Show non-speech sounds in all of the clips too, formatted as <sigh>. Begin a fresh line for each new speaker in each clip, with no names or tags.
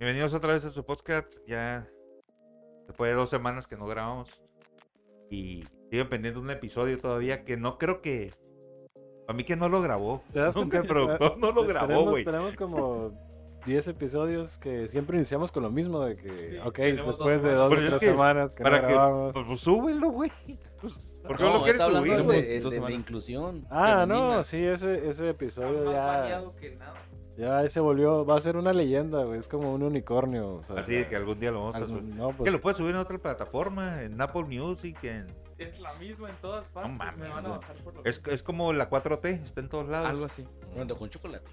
Bienvenidos otra vez a su podcast. Ya después de dos semanas que no grabamos. Y siguen pendiente un episodio todavía que no creo que. A mí que no lo grabó.
¿Te das
Nunca
cuenta
el
que-
productor
<laughs>
no lo grabó,
Tenemos-
güey.
Tenemos como 10 episodios que siempre iniciamos con lo mismo, de que,
Sí,
ok,
tenemos
después
dos
de
semanas.
dos o
Pero es
tres
que
semanas que
Para
no
que.
grabamos.
Pues, pues, súbelo, güey. Pues, ¿Por qué no, lo
No,
quieres
está hablando
subir? Pues,
del
güey?
de, el
Dos
de la
semanas.
inclusión.
Ah,
femenina.
no, sí, ese, ese episodio ya,
baneado que nada.
ya se volvió, va a ser una leyenda, güey, es como un unicornio. O sea,
Así de que algún día lo vamos a
algún-
subir.
no,
Que
pues,
lo puedes subir en otra plataforma, en Apple Music, en.
Es la misma en todas partes.
mames,
me van a
güey.
bajar por lo
Es, es como la 4T, está en todos lados.
algo así.
Cuando con chocolate.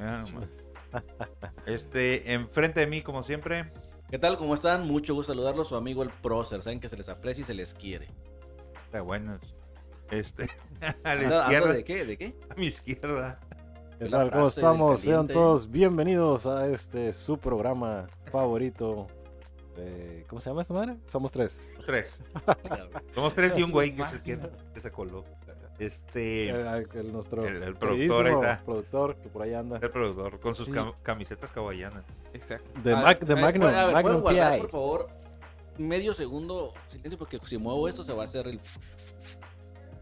Ah, ma. Este, enfrente de mí, como siempre,
¿Qué tal? ¿Cómo están? Mucho gusto saludarlos. Su amigo el Procer. Saben que se les aprecia y se les quiere.
está bueno. <laughs> Este, a la
Anda- anda
izquierda,
¿De qué? ¿De qué?
a mi izquierda.
¿qué
la
tal? ¿Cómo
frase del
estamos? Sean
caliente.
todos bienvenidos a este, su programa favorito. de- ¿Cómo se llama esta madre? Somos tres.
Los tres.
Venga, güey.
Somos tres y un
Su
güey que es el que, <laughs>
máquina.
que se coló. Este,
El,
el,
Eh, el- nuestro
el productor ahí
queridísimo
está.
productor que por ahí anda.
El productor con sus
Sí.
cam- camisetas hawaianas.
Exacto.
De,
A
Mac,
ver,
de
a ver,
Magnum,
a ver,
Magnum
¿pueden guardar,
PI.
por favor, medio segundo silencio porque si muevo esto se va a hacer el...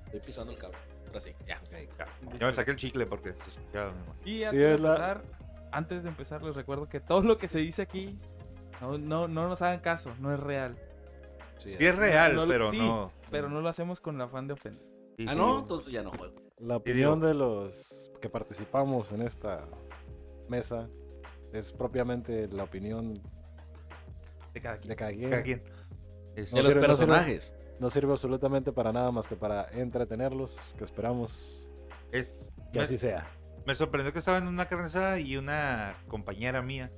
Estoy pisando el cable. Ahora sí, ya.
Ya, ya me saqué el chicle porque se escuchaba. mi mamá.
Y
Sí,
antes, de
es la-
empezar, antes de empezar, les recuerdo que todo lo que se dice aquí, no, no, no nos hagan caso, no es real.
Sí, ya.
Sí es real,
No, no,
pero
sí,
no.
Pero no lo hacemos con el afán de ofender.
sí,
Ah,
sí.
no, entonces ya no juego.
La
Y digo-
opinión de los que participamos en esta mesa es propiamente la opinión
De cada quien. <laughs>
de cada quien.
Cada quien. Este,
sirve,
De los
no sirve.
personajes.
No sirve absolutamente para nada más que para entretenerlos, que esperamos
es-
que
me-
así sea.
me sorprendió que estaba en una carne asada y una compañera mía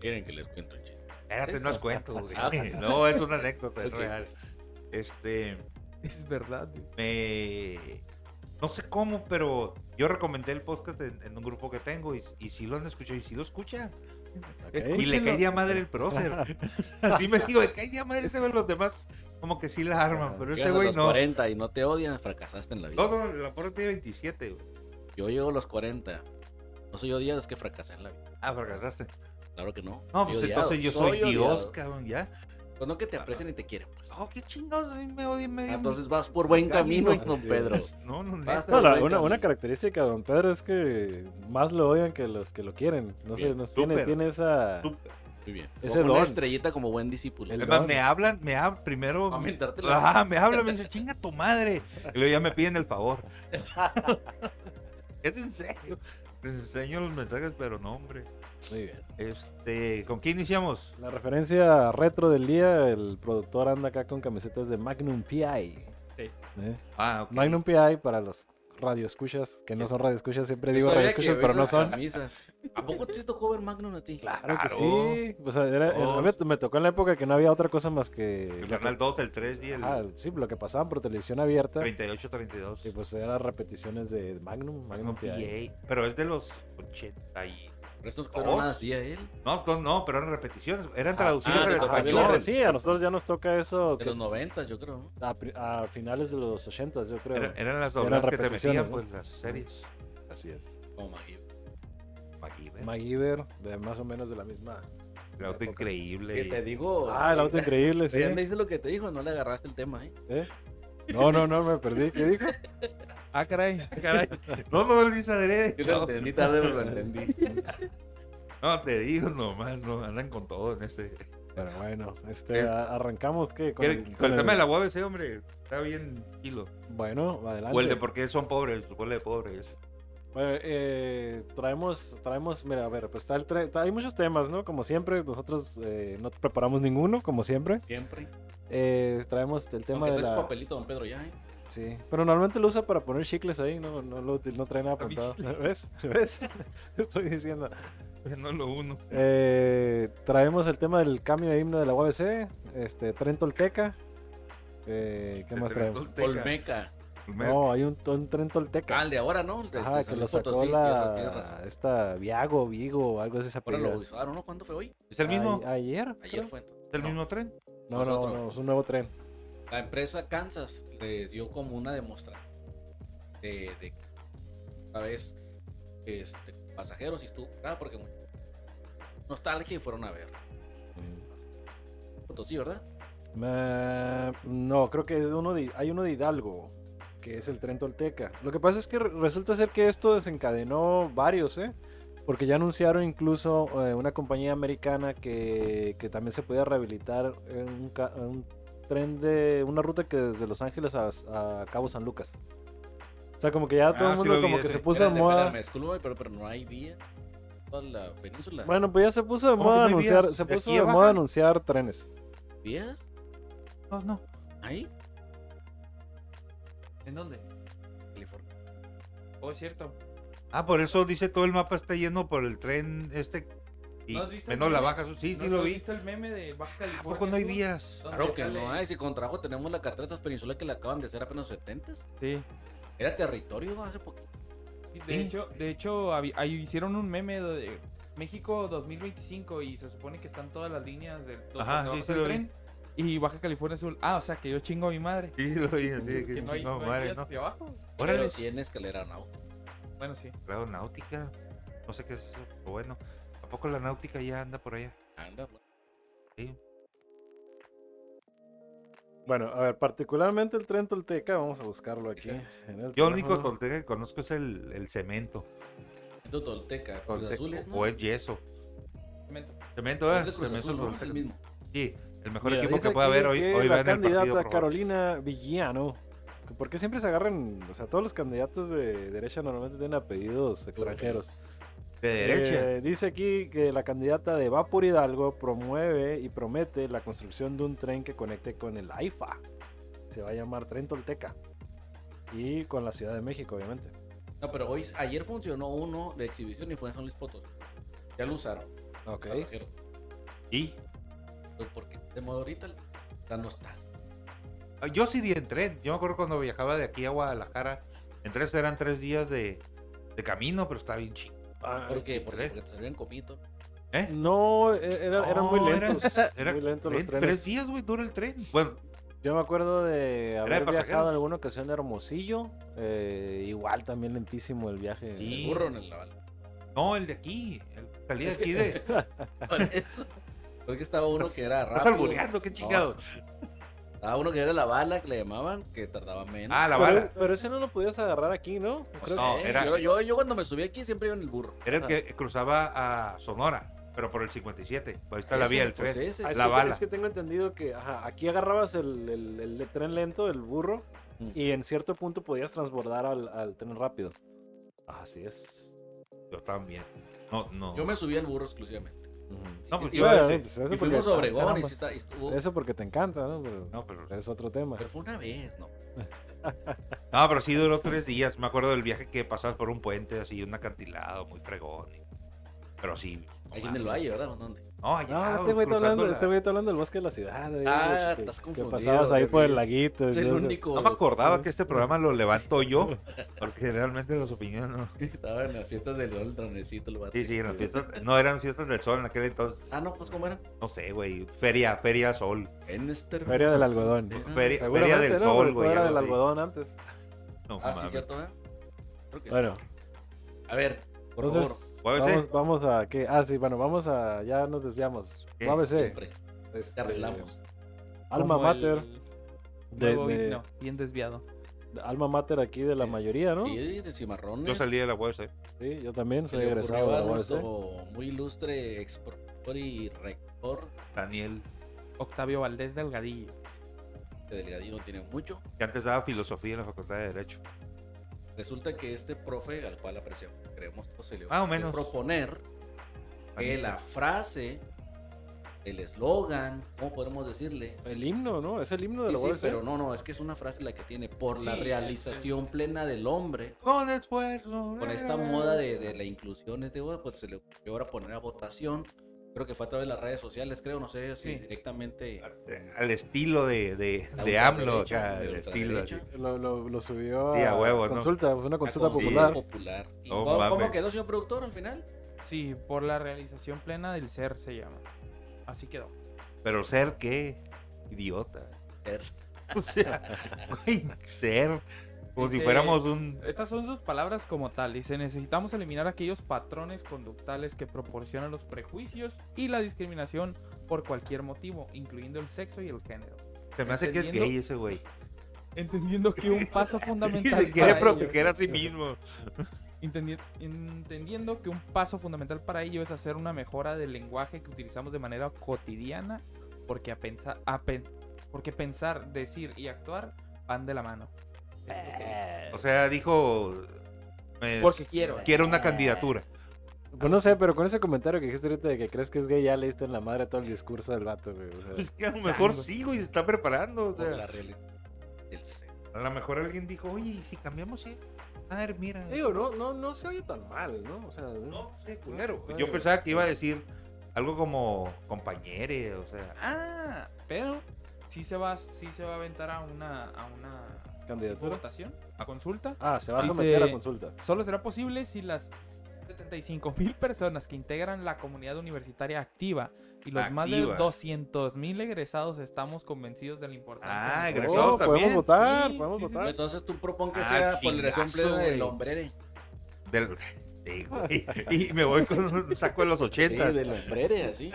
Quieren que les cuente un chiste.
Espérate, no
Esto.
es cuento, güey.
Ah.
<laughs> No, es una anécdota, es
Ok.
real. Este,
Es verdad. güey.
me... No sé cómo, pero yo recomendé el podcast en, en un grupo que tengo y, y si lo han escuchado y si lo escuchan. Y le
Escúchenlo.
cae de a madre el prócer. <laughs> Así
<laughs>
me digo, le cae de a madre ese güey, los demás como que sí la arman, pero ese
Llegas a
güey
los
no.
40 y no te odian, fracasaste en la vida.
No, no, la porra tiene 27, güey.
Yo llego a los 40. No soy odiado, es que fracasé en la vida.
Ah, fracasaste.
Claro que no.
No,
Soy
pues
odiado,
entonces yo soy,
odiado.
Dios, cabrón, ya.
Pues no que te aprecien y te quieren. pues.
Oh, qué chingados, a mí me odio, me
Ah,
odio.
Entonces vas por buen camino, don Pedro.
No, no,
Vas
neta.
No, la-
Pero
una,
venga,
una
mi-
característica de Don Pedro es que más lo odian que los que lo quieren. No sé,
Bien,
nos tiene,
súper,
tiene esa...
Tú-
Muy bien.
Ese
Como
don.
una estrellita como buen discípulo.
El-
Es más,
don.
me hablan, me hablan primero.
Aumentarte la-
Ajá, me hablan, me dicen, chinga tu madre. Y luego ya me piden el favor. es en serio. Les enseño los mensajes, pero no, hombre.
Muy bien.
Este, ¿con qué iniciamos?
La referencia retro del día, el productor anda acá con camisetas de Magnum PI.
Sí.
¿Eh?
Ah, ok.
Magnum PI para los radioescuchas, que no son radioescuchas, siempre digo radioescuchas, pero no son.
¿A poco te tocó ver Magnum a ti?
Claro que
Claro.
sí. O sea, era- era- a mí me tocó en la época que no había otra cosa más que.
El
lo
canal 2, el 3 y
que-
el
ah, sí, lo que pasaban por televisión abierta.
38, 32.
Y pues eran repeticiones de Magnum, Magnum
Magnum
PI.
PA. Pero es de los 80 y...
Pero eso
Oh.
no lo hacía él.
No, no, no, pero eran repeticiones. Eran traducidas
ah,
al
de-
Ajá, sí,
español.
sí, a nosotros ya nos toca eso
De
que
los 90, yo creo. ¿no?
a, pri- a finales de los 80, yo creo.
Eran, eran las
Eran
dobladas que te
repeticiones,
metían,
¿no?
pues, las series.
Así es.
Como MacGyver.
MacGyver,
MacGyver, de más o menos de la misma.
el auto
época.
Que
<laughs>
te
increíble.
digo.
Ah, el auto increíble, sí.
Ya Oh, me dices lo que te dijo, no le agarraste el tema, ¿eh?
¿Eh? No, no, no, me perdí. ¿Qué dijo?
Ah, caray.
Caray. No, no, Luis Adrede.
Yo lo
No.
entendí tarde, pero lo <laughs> entendí.
No, te digo nomás, no, andan con todo en este.
Pero bueno, este,
¿Qué?
a- arrancamos que
Con el, con el tema de la UABC, hombre, está bien kilo.
Bueno, adelante.
O el de por qué son pobres, su huele de pobres. <laughs>
Bueno, eh, traemos, traemos, mira, a ver, pues está el tre- está- hay muchos temas, ¿no? Como siempre, nosotros eh, no preparamos ninguno, como siempre.
Siempre.
Eh, traemos el tema
Aunque
de
traes
la...
papelito, don Pedro, ya, ¿eh?
Sí, pero normalmente lo usa para poner chicles ahí, no, no, lo util- no trae nada
A mí
apuntado. ¿Ves? ¿Ves? <laughs> Estoy diciendo.
No lo uno.
Eh, traemos el tema del cambio de himno de la UABC, este, Tren Tolteca. Eh, ¿Qué más traemos?
Olmeca.
No, hay un, un Tren Tolteca.
Ah, el de ahora, ¿no?
Este,
El de-
Ajá,
de
que
San
lo
Luis
sacó
Potosí,
la...
tienes- tienes razón.
esta Viago, Vigo, o algo así se
Ahora lo
apellida.
usaron, ¿no? ¿Cuándo fue hoy?
¿Es el mismo?
A- ayer.
Ayer
creo.
fue. entonces.
¿Es el
No.
mismo tren?
No,
es
no,
otro.
no, es un nuevo tren.
La empresa Kansas les dio como una demostración de, de una vez este, pasajeros y estuvo ah, porque nostalgia y fueron a ver.
Mm.
Potosí, ¿verdad?
Ma- no, creo que es uno de, hay uno de Hidalgo, que es el tren Tolteca. Lo que pasa es que re- resulta ser que esto desencadenó varios, ¿eh? Porque ya anunciaron incluso eh, una compañía americana que, que también se podía rehabilitar en un, ca- en un tren de una ruta que desde Los Ángeles a, a Cabo San Lucas. O sea, como que ya
Ah,
todo el
sí
mundo
lo vi
como que
ese.
se puso de
Espérate,
moda.
espérame, discúlpame, pero, pero no hay vía. Toda la península.
Bueno, pues ya se puso de
¿Cómo que
moda
no hay
anunciar,
vías?
se
¿De
puso
aquí
de
a
moda
Baja?
anunciar trenes.
¿Vías?
No, no.
¿Ahí?
¿En dónde?
California.
Oh, es cierto.
Ah, por eso dice todo el mapa está lleno por el tren este. Y
¿No has visto el
menos la
meme?
baja. Sí, sí,
¿No- no
lo
has
vi.
visto el meme de Baja California?
¿A poco no hay
Sur?
vías?
¿Dónde
Claro que
sale?
no hay. Si con trabajo tenemos la cartera transpeninsular que la acaban de hacer apenas los 70s.
Sí.
Era territorio hace poquito.
Y De
Sí.
hecho, de hecho habi- ahí hicieron un meme de México 2025 y se supone que están todas las líneas del, to-
Ajá,
debajo
sí, sí
del
lo vi.
tren y Baja California Sur. Ah, o sea, que yo chingo a mi madre.
Sí, sí, lo vi. así de que
Que no hay,
no,
no hay
madre,
vías
no.
hacia abajo.
Órale.
Pero tiene escalera, ¿no?
Bueno, sí.
Claro, náutica. No sé qué es eso, pero bueno. ¿A poco la náutica ya anda por allá?
Anda, pues.
Bueno, a ver, particularmente el tren Tolteca, vamos a buscarlo aquí.
Fíjate.
en el
Yo el único
teléfono.
tolteca que conozco es el, el cemento.
Esto Tolteca, Cruz
tolteco,
Azules, ¿no?
O el yeso.
Cemento.
Cemento, ¿eh?
Es de Cruz
Cemento
Azul, ¿no? Es
tolteca.
el mismo.
Sí, el mejor
Mira,
equipo
dice
que pueda
aquí
haber hoy,
que
hoy
la
va en el
candidata
partido. por favor.
Carolina Villano. que ¿Por qué siempre se agarran? O sea, todos los candidatos de derecha normalmente tienen apellidos extranjeros.
De derecha.
Eh, dice aquí que la candidata de Vapor Hidalgo promueve y promete la construcción de un tren que conecte con el AIFA. Se va a llamar Tren Tolteca. Y con la Ciudad de México, obviamente.
No, pero hoy, ayer funcionó uno de exhibición y fue en San Luis Potosí. Ya lo usaron,
Ok.
pasajeros.
Y
Pues, ¿Por qué? De modo ahorita la nostalgia.
ah, yo sí di en tren. Yo me acuerdo cuando viajaba de aquí a Guadalajara. En tres eran tres días de, de camino, pero estaba bien chido.
Ah, ¿Por qué? Porque,
tres.
porque te servían comito.
¿Eh?
No, e- era- eran muy
No, eran-
lentos.
<laughs> Era-
muy lentos los
en
trenes.
Tres días, güey, dura el tren. Bueno,
Yo me acuerdo de haber
pasajeros.
viajado en alguna ocasión de Hermosillo. eh, igual también lentísimo el viaje.
Sí.
El burro en el naval.
<laughs> no, el de aquí. El, salí de aquí de.
Por eso. Porque estaba uno que era
Estás
rápido.
albureando, qué chingado.
Estaba uno que era la bala, que le llamaban, que tardaba menos.
Ah, la
pero,
bala.
pero ese no lo podías agarrar aquí, ¿no?
Pues
no,
sí,
era-
yo, yo, yo cuando me subí aquí siempre iba en el burro.
Era el que cruzaba a Sonora, pero por el 57. Ahí está la
Ese,
vía del
pues
tren.
ese,
Ah, es
la
que-
bala.
Es que tengo entendido que ajá, aquí agarrabas el, el- el- el tren lento, el burro,
Mm.
y en cierto punto podías transbordar al, al tren rápido. Así es.
Yo también. No, no.
Yo me subí al burro exclusivamente.
No, pues
Y-
yo-
y-
sí.
pues
y
eso, porque,
fuimos a Obregón y
caramba,
sí está- y estuvo-
eso porque te encanta, ¿no? Pero
No, pero,
es otro tema.
Pero fue una vez, ¿no?
no, pero sí duró tres días. Me acuerdo del viaje que pasabas por un puente, así, un acantilado, muy fregón. y- Pero sí. no
Ahí en el
mames.
valle, ¿verdad? ¿O ¿Dónde?
No, allá.
No, este güey está
cruzando
hablando,
la-
este güey está hablando del bosque de la ciudad. güey,
Ah,
es que-
estás
Que
confundido,
pasabas ahí por el
David.
laguito.
Es el
¿no?
único.
No me acordaba que este programa lo levanto yo, porque realmente las opiniones no.
Estaba en las fiestas del Don Dronecito, el vato.
Sí, sí, en las fiestas. No eran fiestas del sol en aquel entonces.
Ah, no, pues ¿cómo era?
No sé, güey. Feria, feria sol.
En este
Feria del
hermoso-
algodón.
Feria,
Ajá.
feria
Mm, Seguramente,
del
¿no?
sol,
Porque
güey.
Era
algo
del
así.
algodón antes.
No,
Ah, sí,
mames.
cierto, ¿verdad? Creo que sí.
Bueno,
A ver, por favor.
entonces
favor.
vamos, vamos a qué. Ah, sí, bueno, vamos a. Ya nos desviamos.
¿Qué?
ABC.
Siempre
este,
te arreglamos.
Alma
Como el
mater. De,
nuevo
de-
himno, bien desviado.
de alma mater aquí de la
Sí.
mayoría, ¿no? Sí,
Y de cimarrones.
Yo salí de la web,
yo también
se
soy
le
egresado
ocurrió
de
a
la E.
nuestro
UABC.
muy ilustre exportador y rector
Daniel,
Octavio Valdés Delgadillo.
de Delgadillo, no tiene mucho.
que antes daba filosofía en la Facultad de Derecho.
Resulta que este profe, al cual apreciamos, creemos, que se le
Más o
ocurrió
menos.
proponer que
Daniel,
la frase, el eslogan, ¿cómo podemos decirle?
El himno, ¿no? Es el himno de
Sí,
la E.
sí,
UABC.
pero no, no, es que es una frase la que tiene por la
Sí,
realización plena del hombre.
Con esfuerzo. eh,
Con esta
Mm.
moda de, de la inclusión, este, güey, pues se le ocurrió ahora poner a votación. Creo que fue a través de las redes sociales, creo, no sé si
Sí.
directamente.
Al estilo de, de,
La
de AMLO,
ultraderecha,
acá,
de
el
la
estilo.
ultraderecha.
así.
Lo, lo, lo subió a,
Sí, a huevo, ¿no?
consulta, fue una consulta
Ah, con-
popular.
sí, popular. ¿Y
No
cómo, cómo
mames.
quedó, señor productor, al final?
Sí, por la realización plena del ser se llama. Así quedó.
Pero ser qué? Idiota. <laughs>
Ser.
O sea, güey, ser. Como si
Dice-
fuéramos un.
Estas son sus palabras como tal. Dice, necesitamos eliminar aquellos patrones conductales que proporcionan los prejuicios y la discriminación por cualquier motivo, incluyendo el sexo y el género.
Se me hace que es
entendiendo-
gay ese güey.
Entendiendo que
<laughs>
un paso
Y
fundamental...
se quiere
para ello-
proteger a sí mismo.
Entendi- Entendiendo que un paso fundamental para ello es hacer una mejora del lenguaje que utilizamos de manera cotidiana, porque, a pensar, porque pensar, decir y actuar van de la mano. Es lo que dice.
O sea, dijo. me-
Porque quiero.
Quiero una candidatura.
Pues no sé, pero con ese comentario que dijiste ahorita de que crees que es gay, ya leíste en la madre todo el discurso del vato, güey. o sea.
Es que a
Ah,
lo mejor
Chango.
sí, güey, se está preparando. O
Por la
sea,
realidad del sexo.
a lo mejor alguien dijo, oye, ¿y si cambiamos esto? A ver, mira.
<laughs> Digo, no, no, no se oye tan mal, ¿no? O sea,
No, sé, culero.
Vale,
Yo
güey.
pensaba que iba a decir algo como compañere, o sea.
Ah, pero sí se va, sí se va a aventar a una, a una
¿Candidatura?
votación, a consulta.
Ah, se va a
Dice-
someter a la consulta.
Solo será posible si las 75 mil personas que integran la comunidad universitaria activa y los más de
Activa.
200 mil egresados estamos convencidos de la importancia.
Ah,
del-
egresados
Oh,
también.
podemos votar,
Sí,
podemos
sí, sí,
votar.
Entonces tú propon que
Ah,
sea polarización
chingazo,
plena del
güey.
hombrere.
Del... <laughs> Sí, güey. Y me voy con un saco de los
Sí,
80.
del hombrere, <laughs> así.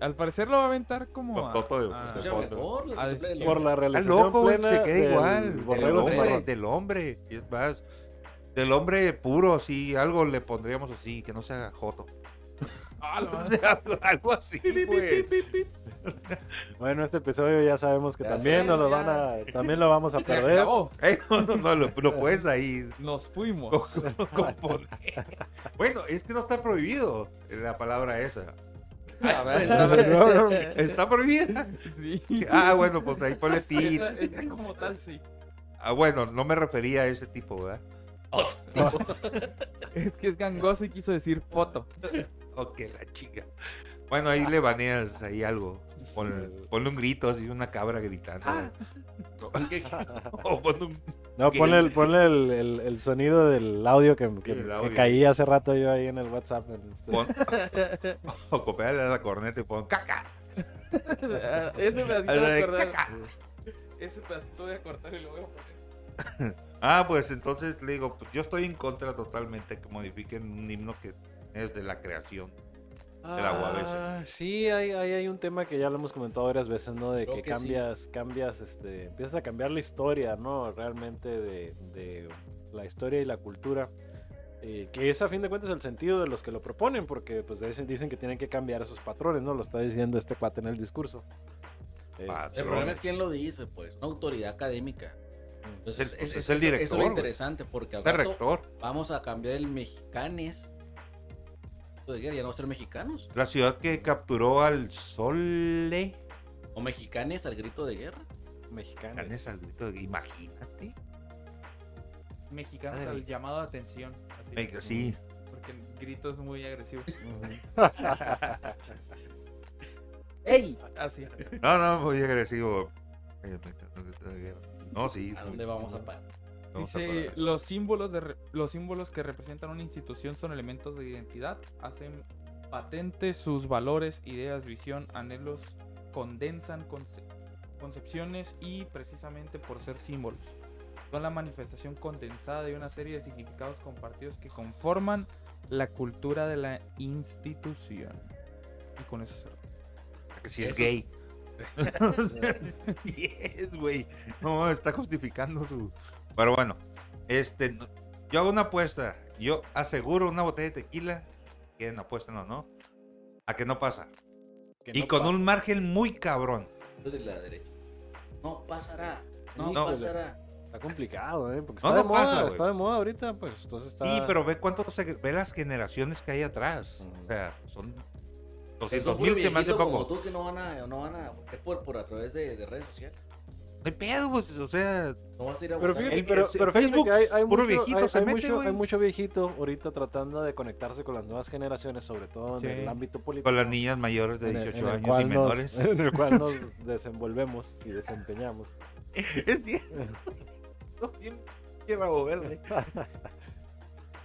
Al parecer lo va a aventar como
Con
a-
Toto,
a-
pues,
Se escucha
Ah.
mejor la
Ah,
que
sí.
del
Por <laughs> la
Está
realización
loco, güey,
plena
se queda
del
igual. Del
borrego
hombre,
marrón.
del hombre. Y es más, del hombre puro, sí, algo le pondríamos así, que no sea joto. <laughs>
Ah, la madre.
algo, algo así, güey.
Bueno, este episodio ya sabemos que
Ya
también nos lo
sabemos,
van a, también lo vamos a <laughs>
Se
perder.
acabó.
Eh, no, no, no, lo, lo puedes ahí <laughs>
Nos
co-
fuimos.
co- componer. <laughs> Bueno, es que no está prohibido la palabra esa.
A
<laughs>
ver.
No, no,
Está prohibida.
Sí.
Ah, bueno, pues ahí ponle
Sí,
ti.
<laughs> esa- esa como tal, sí.
Ah, bueno, no me refería a ese tipo, ¿verdad?
Es que es gangoso y quiso decir foto.
Ok, la chica. Bueno, ahí le baneas ahí algo. Ponle, ponle un grito, así una cabra gritando. <laughs>
Ah.
O ponle un
No, ponle, el, ponle el, el- el sonido del audio que, que-
El
que
audio.
caí hace rato yo ahí en el WhatsApp. en- este
Pon- o copiarle a la corneta y pon caca.
Ah, Ese pedacito
Hazle
voy a
de
cortar.
caca.
Ese pedacito voy a cortar y lo voy a poner.
Ah, pues entonces le digo, pues yo estoy en contra totalmente que modifiquen un himno que es de la creación. la UABC.
Ah, sí, hay, hay, hay un tema que ya lo hemos comentado varias veces, ¿no? De
Creo
que,
que sí.
cambias, cambias, este, empiezas a cambiar la historia, ¿no? Realmente de, de la historia y la cultura. eh, que es a fin de cuentas el sentido de los que lo proponen, porque pues de ese- dicen que tienen que cambiar esos patrones, ¿no? Lo está diciendo este cuate en el discurso. Este, Es-
Patrones.
El problema es quién lo dice, pues, una autoridad académica. Entonces,
Es el- pues, es el director,
Eso es
güey.
lo interesante porque al
De
rato
rector.
vamos a cambiar el mexicanes. Esto de que Ya no va a ser mexicanos.
La ciudad que capturó al sole.
O mexicanes al grito de guerra.
mexicanos.
Ganes al grito, Imagínate.
Mexicanos
Madre
al
mía.
llamado de atención. así.
Me- Sí.
Porque el grito es muy agresivo.
¡Ey!
Así.
No, no, muy agresivo. Eh, No, sí.
¿A dónde vamos a parar?
vamos a
Dice,
parar.
los símbolos, de re- los símbolos que representan una institución son elementos de identidad, hacen patentes sus valores, ideas, visión, anhelos, condensan conce- concepciones y precisamente por ser símbolos. Son la manifestación condensada de una serie de significados compartidos que conforman la cultura de la institución. Y con eso cerramos.
Que si es
Eso
gay. <laughs> Sí es, güey. No, está justificando su. Pero bueno, este, no- yo hago una apuesta. Yo aseguro una botella de tequila. Quieren apuesta, no, no. A que no pasa.
Que
y
no
con
pasa.
un margen muy cabrón.
Los de la derecha. No pasará. No,
No.
pasará.
Está complicado, ¿eh? Porque
No,
está de
no
moda,
pasa, güey.
está de moda ahorita, pues entonces está...
Sí, pero ve cuántos se- ve las generaciones que hay atrás.
Ujú.
O sea, son
Son
200 mil, se
puros
me hace
viejitos
poco.
Como tú que no van a. No van a es por, por a través de, de redes sociales.
No hay pedo, pues, o sea,
No vas a ir a
Pero
votar.
fíjate,
El-
pero,
el-
pero fíjate
Facebook,
que hay, hay
puro
mucho,
viejito
hay,
se
hay
mete,
mucho,
güey.
hay mucho viejito ahorita tratando de conectarse con las nuevas generaciones, sobre todo en
Sí.
el ámbito político.
con las niñas mayores de
en el-
18
en el
años y
cual nos-
menores. <laughs>
<laughs> en el cual nos desenvolvemos y desempeñamos.
Es cierto. <laughs> No, bien, bien rabo verde.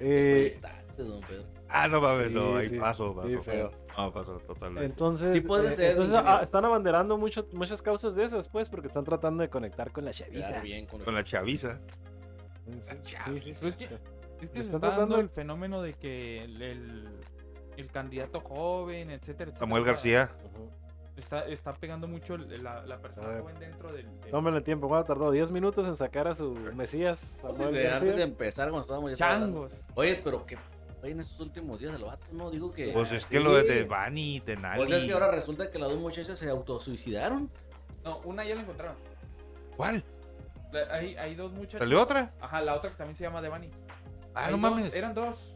Eh,
Proyectaste, don Pedro.
Ah, no mames,
Sí,
no, ahí
sí,
paso,
sí,
paso.
feo.
No, paso, totalmente.
Entonces,
Sí puede
eh,
ser,
entonces,
ingeniero.
ah, están abanderando mucho- muchas causas de esas, pues, porque están tratando de conectar con la chaviza.
Quedar bien pues con los-
Con la chaviza.
Sí,
Chaviza.
sí,
Pero es
sí.
que- Es que
Le
se
están
está dando
tratando-
el fenómeno de que el, el- el candidato joven, etcétera, etcétera.
Samuel García.
Ujú.
Está, está pegando mucho el- la, la persona
A ver.
joven dentro del. del-
Tómenle tiempo, ¿cuánto tardó? 10 minutos en sacar a su Mesías.
Pues,
Samuel
desde antes de
García.
empezar, cuando estábamos ya hablando.
Changos.
Oye, pero que. Oye, en estos últimos días, el vato no dijo que.
Pues es que
sí.
lo de- de Bani, de Nali.
Pues es que ahora resulta que las dos muchachas se autosuicidaron.
No, una ya la encontraron.
¿Cuál?
La- Hay, hay dos muchachas.
¿Salió otra?
Ajá, la otra que también se llama Devani.
Ah,
Hay
no
dos,
mames.
Eran dos.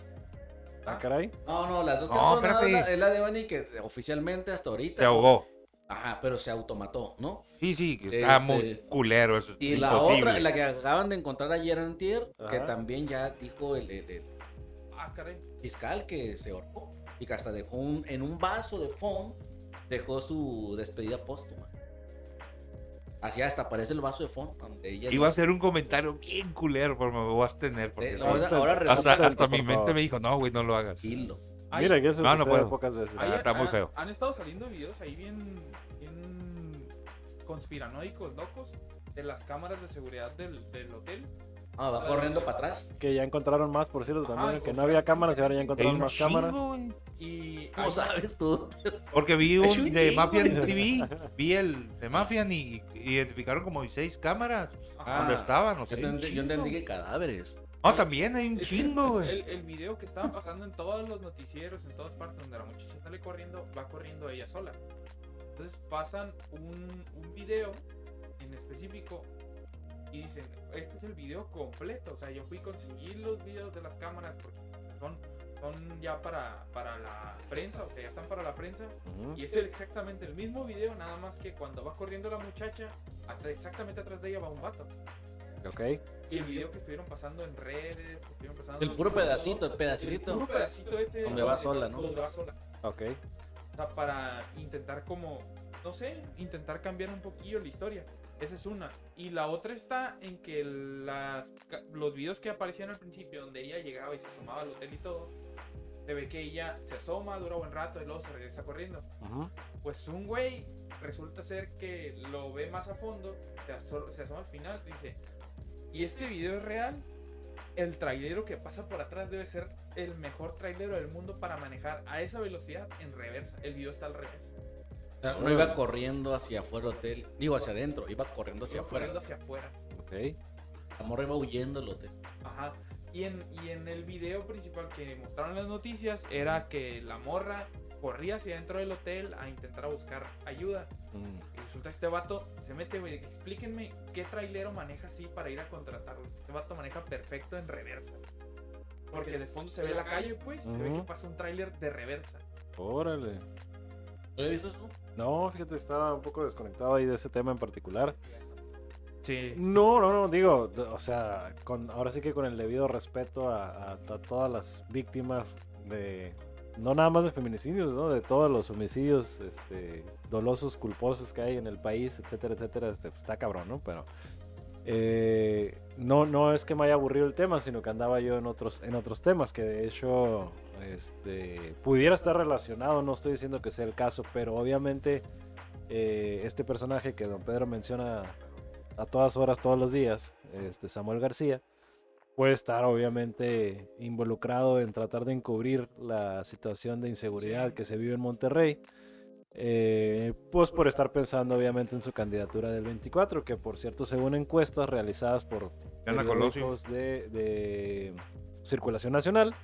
Ah, caray.
No, no, las dos que
No,
han sonado
espérate.
es la- es la de Bani que oficialmente hasta ahorita.
Se ahogó.
Ajá, pero se automató, ¿no?
Sí, sí, que está
Este,
muy culero eso.
Y
es
la
imposible.
otra, la que acaban de encontrar ayer antier, que
Ajá.
también ya dijo el, el- el
Ah, caray.
fiscal que se ahorcó y que hasta dejó un- en un vaso de foam, dejó su despedida póstuma. Así hasta aparece el vaso de foam donde ella
Iba a
dice-
hacer un comentario bien culero, pero me voy a abstener. Porque
Sí,
sí.
no, ahora, ahora
hasta
resulta
abstente,
hasta
por
mi mente
favor.
me dijo, no, güey, no lo hagas.
tranquilo.
Hay-
Mira, que eso
No, no
sucede
puedo.
pocas veces.
Ah, está muy
han-
feo.
Han estado saliendo videos ahí bien, bien conspiranoicos, locos, de las cámaras de seguridad del, del hotel.
Ah, va corriendo para atrás.
Que ya encontraron más, por cierto,
Ajá,
también. que no
encontraron-
había cámaras y ahora ya
Hay
encontraron
un
más cámaras.
chingo, güey.
Y
¿Cómo
hay-
sabes tú?
Porque vi
Es
un
un
de
chingo.
Mafia TV, vi el de Mafia y y identificaron como 16 cámaras
Ajá.
donde estaban, no
Ah, Yo
sé.
entendí, yo
un chingo.
entendí que cadáveres.
No, también hay un
es que
chingo, güey.
El, el video que estaba pasando en todos los noticieros, en todas partes, donde la muchacha sale corriendo, va corriendo ella sola. Entonces pasan un, un video en específico y dicen, este es el video completo. O sea, yo fui a conseguir los videos de las cámaras porque son, son ya para, para la prensa, o sea, ya están para la prensa.
Ujú.
Y es el- exactamente el mismo video, nada más que cuando va corriendo la muchacha, at- exactamente atrás de ella va un vato.
Ok.
Y el video que estuvieron pasando en redes, que estuvieron pasando
El puro pedacito, el
el
pedacito.
puro pedacito ese.
Donde va sola, ¿no?
Donde va sola.
Ok.
O sea, para intentar como, no sé, intentar cambiar un poquillo la historia. Esa es una. Y la otra está en que las, ca- los videos que aparecían al principio, donde ella llegaba y se asomaba al hotel y todo, se ve que ella se asoma, dura buen rato y luego se regresa corriendo.
Ujú.
Pues un güey resulta ser que lo ve más a fondo, se, aso- se asoma al final, dice, ¿y este video es real? El trailero que pasa por atrás debe ser el mejor trailero del mundo para manejar a esa velocidad en reversa. El video está al revés.
O sea, no iba corriendo hacia afuera del hotel. Digo, hacia adentro. Iba corriendo hacia
Iba
afuera.
corriendo hacia afuera.
Ok.
La morra iba huyendo del hotel.
Ajá. Y en, y en el video principal que mostraron en las noticias era que la morra corría hacia dentro del hotel a intentar buscar ayuda.
Mm.
Y resulta este vato se mete, güey. Explíquenme qué trailero maneja así para ir a contratarlo. Este vato maneja perfecto en reversa. Porque de fondo se ve la calle, pues, y se ve que
Ujú.
pasa un trailer de reversa.
Órale.
¿No lo viste eso?
No, fíjate, estaba un poco desconectado ahí de ese tema en particular.
Sí.
No, no, no, digo, d- o sea, con, ahora sí que con el debido respeto a, a- a todas las víctimas de, no nada más de feminicidios, ¿no? De todos los homicidios este, dolosos, culposos que hay en el país, etcétera, etcétera, este, pues, está cabrón, ¿no? Pero eh, no, no es que me haya aburrido el tema, sino que andaba yo en otros, en otros temas que de hecho este, pudiera estar relacionado, no estoy diciendo que sea el caso, pero obviamente eh, este personaje que don Pedro menciona a todas horas, todos los días, este Samuel García, puede estar obviamente involucrado en tratar de encubrir la situación de inseguridad
Sí.
que se vive en Monterrey. eh, pues por estar pensando obviamente en su candidatura del 24, que por cierto según encuestas realizadas por
Ana Colosio.
periódicos de, de circulación nacional,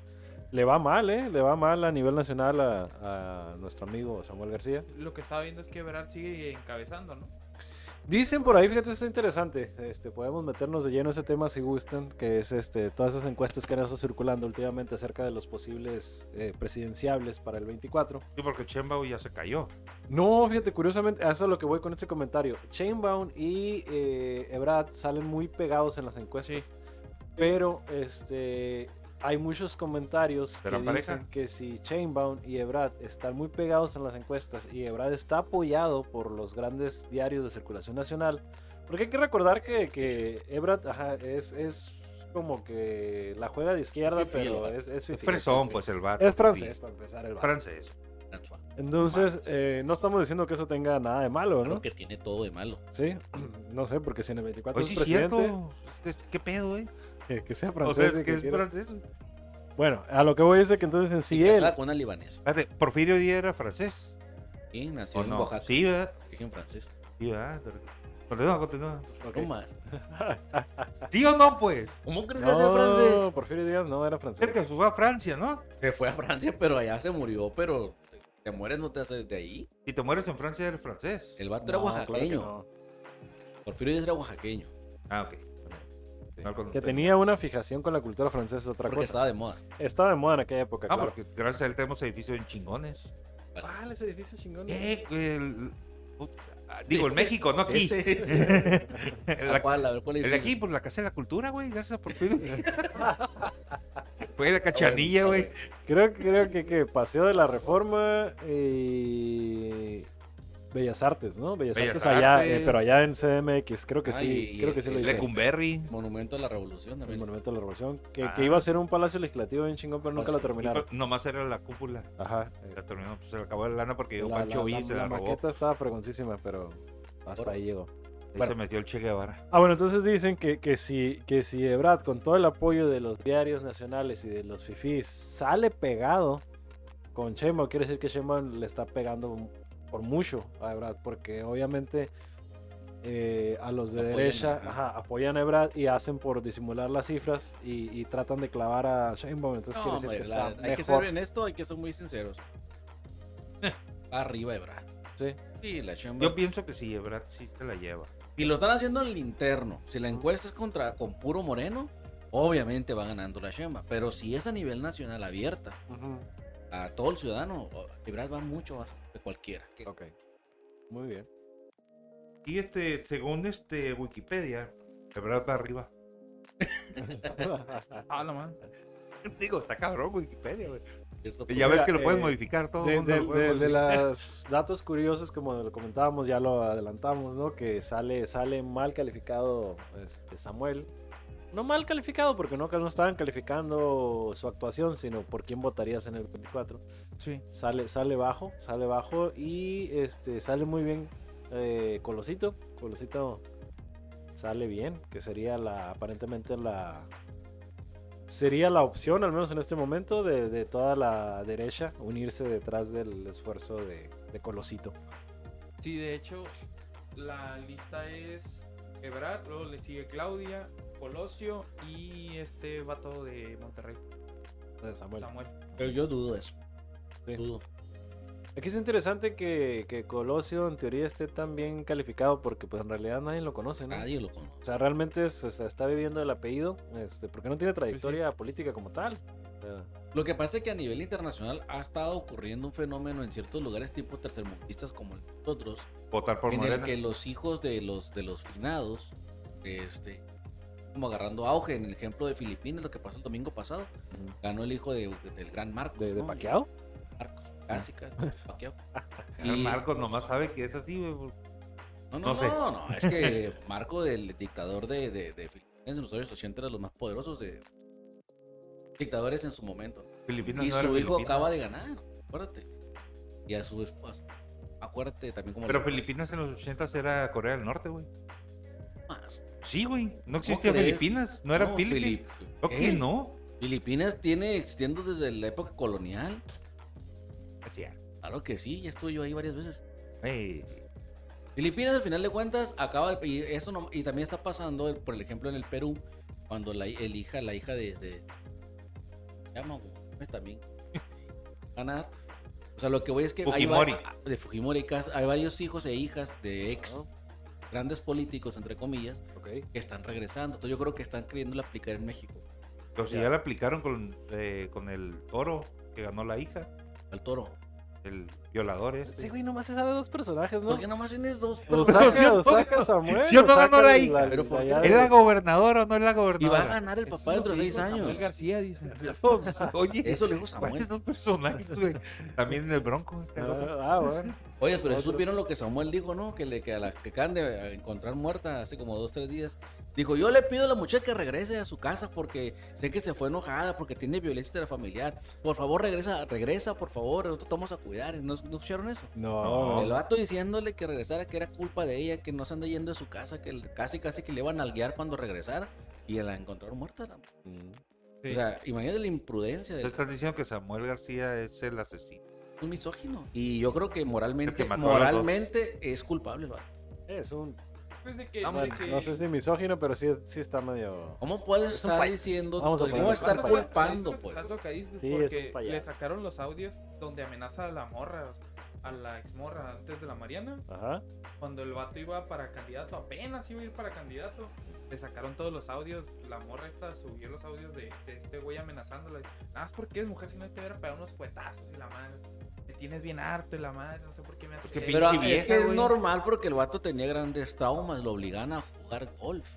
le va mal, ¿eh? Le va mal a nivel nacional a- a nuestro amigo Samuel García.
Lo que estaba viendo es que Brad sigue encabezando, ¿no?
Dicen por ahí, fíjate, está interesante. Este, podemos meternos de lleno a ese tema si gustan, que es este, todas esas encuestas que han estado circulando últimamente acerca de los posibles eh, presidenciables para el 24.
Sí, porque Chembao ya se cayó.
No, fíjate, curiosamente, a eso es lo que voy con este comentario. Chainbound y eh, Ebrad salen muy pegados en las encuestas.
Sí.
Pero este, hay muchos comentarios que
¿Serán pareja?
dicen que si Chainbound y Ebrad están muy pegados en las encuestas y Ebrad está apoyado por los grandes diarios de circulación nacional, porque hay que recordar que, que Ebrad ajá, es, es como que la juega de izquierda,
Es fifi el
pero
vato.
es, es
Es
fifi,
fresón,
fifi.
pues el vato.
Es
fifi.
francés, para empezar,
pues,
el vato.
Francés.
François.
Entonces,
Francés.
eh, no estamos diciendo que eso tenga nada de malo,
Creo
¿no?
que tiene todo de malo.
Sí, no sé, porque si en el
Oye,
24 es
sí, es
presidente,
cierto. Es- ¿Qué pedo, eh?
que, que sea
O
francés.
sea, es
y
que
que
es
quiera-
francés.
Bueno, a lo que voy es de que entonces en sí
Y
él,
casada con una libanesa.
Espérate, Porfirio Díaz era francés.
Sí, nació
¿O
en
no?
Oaxaca.
Sí, ¿verdad?
Origen francés.
Sí, ¿verdad? Pero- Continúa, continúa.
Ok.
No más.
¿Sí o no, pues?
¿Cómo crees que sea
No,
francés?
Porfirio Díaz no era francés.
Cerca se fue a Francia, ¿no?
Se fue a Francia, pero allá se murió, pero te, te mueres, no te haces de ahí.
Si te mueres en Francia, eres francés.
El
No,
vato era
claro que
oaxaqueño.
no.
Porfirio Díaz era oaxaqueño.
Ah, ok. No, con-
Que tenía una fijación con la cultura francesa, es otra
Porque
cosa.
estaba
<laughs>
de moda.
Estaba de moda en aquella época,
Ah,
claro.
porque gracias a él tenemos edificios en chingones.
Ah,
Vale, ese edificio chingón.
Eh, el- ah, Digo,
Ese-
en México, no aquí.
Ese,
<laughs>
ese.
La-
¿A cuál? A ver, ¿cuál
el de
edificio?
aquí, por la Casa de la Cultura, güey. Gracias por <laughs> Fue la cachanilla,
Ah,
pues,
güey.
Creo, creo que, que Paseo de la Reforma y Bellas Artes, ¿no? Bellas,
Bellas
Artes allá,
Artes.
eh, pero allá en CDMX, creo que
Ah,
sí,
y- y
creo que sí lo
el-
hice.
Lecumberri.
Monumento a la Revolución
El
también.
Monumento de la Revolución, que,
Ah.
que iba a ser un palacio legislativo bien chingón, pero nunca
Ah,
lo
sí.
terminaron.
Nomás era la cúpula.
Ajá. es-
La terminó, pues, se le acabó la lana porque llegó
la,
Pancho
la-
Villa
la-
y se
la
la robó.
maqueta estaba fregoncísima, pero hasta ahí llegó.
Ahí
Bueno.
Se metió el Che Guevara.
Ah, bueno, entonces dicen que, que si, que si Ebrard, con todo el apoyo de los diarios nacionales y de los fifís, sale pegado con Sheinbaum, quiere decir que Sheinbaum le está pegando por mucho a Ebrard, porque obviamente eh, a los de
Apoyan,
derecha
ajá.
ajá, apoyan a Ebrard y hacen por disimular las cifras y, y tratan de clavar a Sheinbaum, entonces
No,
quiere decir
hombre,
que
la-
está
hay
mejor.
que ser en esto, hay que ser muy
<laughs>
sinceros. Va Arriba, Ebrard.
Sí.
Sí, la chamba.
Yo pienso que sí, Ebrard sí te la lleva.
Y lo están haciendo en el interno. Si la encuesta es contra con puro moreno, obviamente va ganando la chamba. Pero si es a nivel nacional abierta
Ujú,
a todo el ciudadano, o- Ebrard va mucho más que cualquiera. Que-
Ok, muy bien.
Y este, según este Wikipedia, Ebrard va arriba.
Ah, la madre.
<laughs> Digo, está cabrón Wikipedia, güey.
cierto, pues,
Ya
Mira,
ves que lo puedes
eh,
modificar todo.
De,
mundo
de,
lo puede <laughs>
de- de
modificar.
las datos curiosos, como lo comentábamos, ya lo adelantamos, ¿no? Que sale, sale mal calificado este, Samuel. No mal calificado, porque no, no estaban calificando su actuación, sino por quién votarías en el 24.
Sí.
Sale, sale bajo, sale bajo y este, sale muy bien eh, Colosito. Colosito sale bien, que sería la aparentemente la... Sería la opción, al menos en este momento, de, de toda la derecha unirse detrás del esfuerzo de, de Colosito.
Sí, de hecho, la lista es Ebrard, luego le sigue Claudia, Colosio y este vato de Monterrey,
de Samuel.
Samuel.
Pero yo dudo eso.
Sí.
Dudo.
Aquí es interesante que, que Colosio en teoría esté tan bien calificado porque pues en realidad nadie lo conoce, ¿no?
Nadie lo
O
conoce.
sea, realmente se se está viviendo el apellido, este, porque no tiene trayectoria política como tal. O sea,
Lo que pasa es que a nivel internacional ha estado ocurriendo un fenómeno en ciertos lugares tipo tercermundistas como nosotros,
Votar por
en el
Morena.
que los hijos de los de los finados, este, como agarrando auge. En el ejemplo de Filipinas, lo que pasó el domingo pasado, ganó el hijo de- del gran Marcos.
¿De, de
¿no?
Pacquiao?
Marcos, casi, casi, Pacquiao.
<laughs> El
Y-
Marcos nomás sabe que es así, güey.
No, no,
no
no,
sé.
no, es que Marco, del dictador de, de, de Filipinas en los años 80, era de los más poderosos de dictadores en su momento.
Filipinas
Y
no era
su hijo
Filipinas.
acaba de ganar, acuérdate. Y a su esposa, acuérdate también como...
Pero Filipinas en los 80 era Corea del Norte, güey.
Más.
Sí, güey. No existía
crees?
Filipinas. No era Filipinas.
Filip- ¿Eh?
¿Por qué
Ey,
no?
Filipinas tiene existiendo desde la época colonial.
Así es.
Claro que sí, ya estuve yo ahí varias veces.
Ey,
Filipinas, al final de cuentas, acaba de. Y, eso no- y también está pasando, el- por el ejemplo, en el Perú, cuando la, hi- el hija, la hija de. de llama, pues,
<laughs>
también. Ganar. O sea, lo que voy es que. hay va-
Fujimori.
de Fujimori, cas- hay varios hijos e hijas de ex grandes políticos, entre comillas,
Ok.
que están regresando. Entonces, yo creo que están queriendo aplicar en México.
Pero si pues, ya la aplicaron con, eh, con el toro que ganó la hija,
Al toro.
el violador este.
Este güey nomás se sabe dos personajes, ¿no?
¿Por qué nomás tienes dos
Lo
personas?
saca,
¿Sí o
lo
no?
saca Samuel.
¿Sí o
lo
no
saca
ganó la
de
hija?
de
Pero ¿por qué
allá
¿Es
de-
la gobernadora o no es la
Y va a
gobernadora?
ganar el
Eso es
papá
lo
dentro de
que
seis
dijo Samuel
años.
García, Pues dicen.
Oye,
Eso le dijo
¿cuáles
Samuel.
son personajes, güey? También en el Bronco. este, está el otro.
Ah, ah, bueno.
Oye, pero
Otro.
supieron lo que Samuel dijo, ¿no? Que, le, que a la que acaban de eh, encontrar muerta hace como dos, tres días. Dijo, yo le pido a la muchacha que regrese a su casa porque sé que se fue enojada, porque tiene violencia intrafamiliar. Por favor, regresa, regresa, por favor, nosotros te vamos a cuidar. ¿No, no escucharon eso?
No,
El vato diciéndole que regresara, que era culpa de ella, que no se anda yendo de su casa, que el- casi, casi que le iban a guiar cuando regresara. Y la encontraron muerta. la-
Sí.
O sea, imagínate la imprudencia
Te
de
estás diciendo que Samuel García es el asesino.
un misógino. Y yo creo que moralmente,
mató a los dos.
moralmente es culpable el vato.
es un...
Pues de que-
Vamos,
de que-
No sé si misógino, pero sí, sí está medio...
¿Cómo puedes
Es un
estar
país.
diciendo,
Vamos a
cómo
ponerlo.
estar
Vamos a ponerlo.
culpando,
Esto
pues?
está lo que dices,
Sí, es un
porque le
payaso.
sacaron los audios donde amenaza a la morra, o sea, a la exmorra antes de la Mariana,
Ajá.
cuando el vato iba para candidato, apenas iba a ir para candidato, le sacaron todos los audios, la morra esta subió los audios de, de este güey amenazándola, nada más porque es mujer si no te hubiera pegado unos cuetazos y la madre, me tienes bien harto y la madre, no sé por qué me haces
Porque
eso".
Pero
Pinche
es que es
vieja, güey.
normal porque el vato tenía grandes traumas, lo obligan a jugar golf.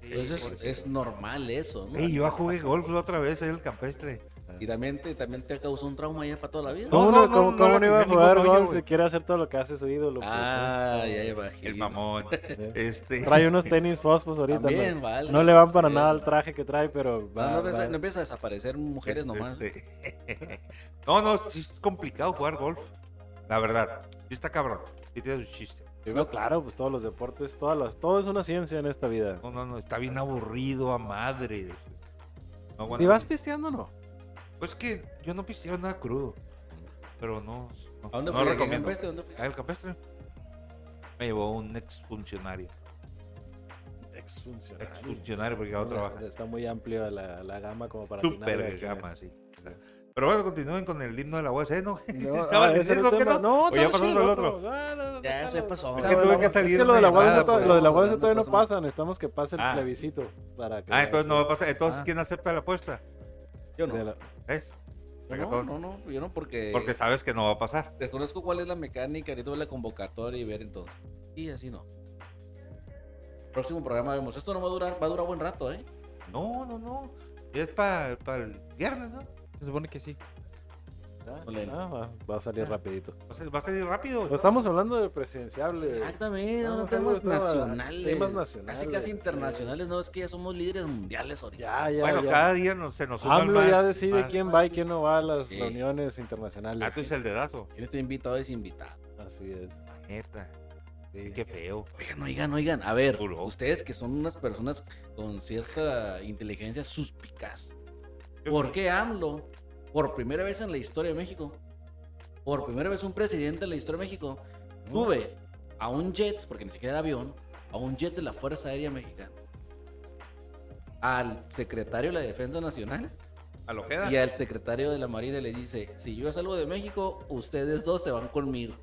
Sí,
Entonces
pobrecito.
Pues es normal eso, ¿no?
Ey, yo jugué golf la otra vez en el campestre.
Y también te, también te causó un trauma ya para toda la vida.
No,
¿Cómo no,
no,
cómo-
no,
cómo
no
no
le
iba a
tenía
jugar
ningún odio,
golf
güey.
si quiere hacer todo lo que hace su ídolo? pues,
Ah, ya imagino.
El mamón.
¿no? Sí.
Este.
Trae unos tenis fosfos ahorita. ¿no?
También, vale.
No le van para
Sí.
nada al traje que trae, pero
No,
va,
no empieza,
Ah, va.
no empieza a desaparecer mujeres
es-
nomás.
este, no, no, sí es complicado jugar golf. La verdad. Sí está cabrón. Sí tiene su chiste.
No, claro, pues todos los deportes, todas las, todo es una ciencia en esta vida.
No, no, no. Está bien aburrido a madre. No
Si
aguanta.
vas pisteando, no.
Pues que yo no piseo nada crudo. Pero no. No,
¿A dónde
no
fue?
recomiendo.
¿Campeaste? ¿Dónde fuiste?
¿Ah, el campestre? Me llevó un exfuncionario.
Exfuncionario.
Exfuncionario porque ahora trabaja.
Está muy amplia la, la gama como para atinar a
Super
quién
gama,
es.
sí. Pero bueno, continúen con el himno de la UAC, ¿no?
No,
Estaba
ah, ese
diciendo
era el
que
tema.
no.
No,
¿O ya
estaba
pasamos
chido
al
el
otro?
Ah, no, no,
Ya
no,
se
no.
pasó.
Es
Ah,
que tuve
bueno,
que salir
Es que lo de la
de nada,
UAS to-
pues.
lo de la
Hablando
UAS todavía no
cosas.
pasa. Necesitamos que pase el
Ah.
plebiscito para que.
<laughs> Ah, entonces no va a pasar. Entonces,
Ah.
¿quién acepta la apuesta?
Yo
de
no.
la-
¿Ves?
No,
Reggaetón.
no, no, yo no porque,
Porque sabes que no va a pasar.
desconozco cuál es la mecánica, ahorita voy a la convocatoria y ver entonces. Y así no. Próximo programa vemos. Esto no va a durar, va a durar buen rato, ¿eh?
No, no, no. Es para el viernes, ¿no?
Se supone que sí.
Ah,
Olé.
ah, va, va a salir
Ah.
rapidito.
Va a ser- Va a salir rápido.
Pero estamos hablando de presidenciable.
Exactamente,
Vamos
no,
a hacer
temas
otro-
nacionales.
temas
Casi
nacionales,
casi internacionales, no, es que ya somos líderes mundiales ahorita.
Ya, ya,
bueno,
ya.
cada día nos- se nos suman
AMLO
más.
ya decide
más.
quién va y quién no va a las
Sí.
reuniones
Ah,
internacionales.
tú dices el dedazo.
Yo estoy invitado es invitado.
Así es.
La Neta.
Sí.
Qué feo.
Oigan, oigan, oigan. A ver,
Duro.
ustedes que son unas personas con cierta inteligencia suspicaz. ¿Por qué AMLO, por primera vez en la historia de México, por primera vez un presidente en la historia de México, sube a un jet, porque ni siquiera era avión, a un jet de la Fuerza Aérea Mexicana, al secretario de la Defensa Nacional
A lo queda.
y al secretario de la Marina y le dice, si yo salgo de México, ustedes dos se van conmigo.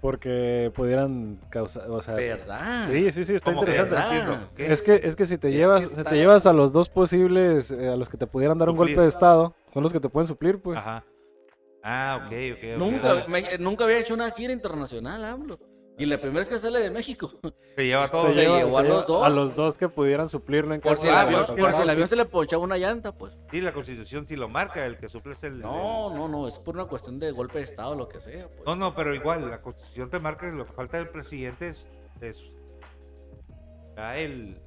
Porque pudieran causar, o sea,
¿Verdad?
sí, sí, sí, está
Como que
interesante. Ah,
no entiendo. ¿Qué?
Es que es que si te
Es
llevas,
que
si
está-
te llevas a los dos posibles eh, a los que te pudieran dar un
Suplir.
golpe de estado, son los que te pueden suplir, pues.
Ajá. Ah, ok, ok. ok.
Nunca, me- nunca había hecho una gira internacional, AMLO. Y la primera vez que sale de México. <laughs>
Se lleva todo.
Pues
Se lleva- llevó a los dos.
A los dos que pudieran suplirlo en
Por
caso
si
de
el
Ah,
avión,
bueno,
que-
por si el avión se le ponchaba una llanta, pues.
Sí, la constitución sí lo marca, el que suple es el.
No, no, no, es por una cuestión de golpe de estado, lo que sea. pues.
No, no, pero igual, la constitución te marca que lo que falta del presidente es. es ya el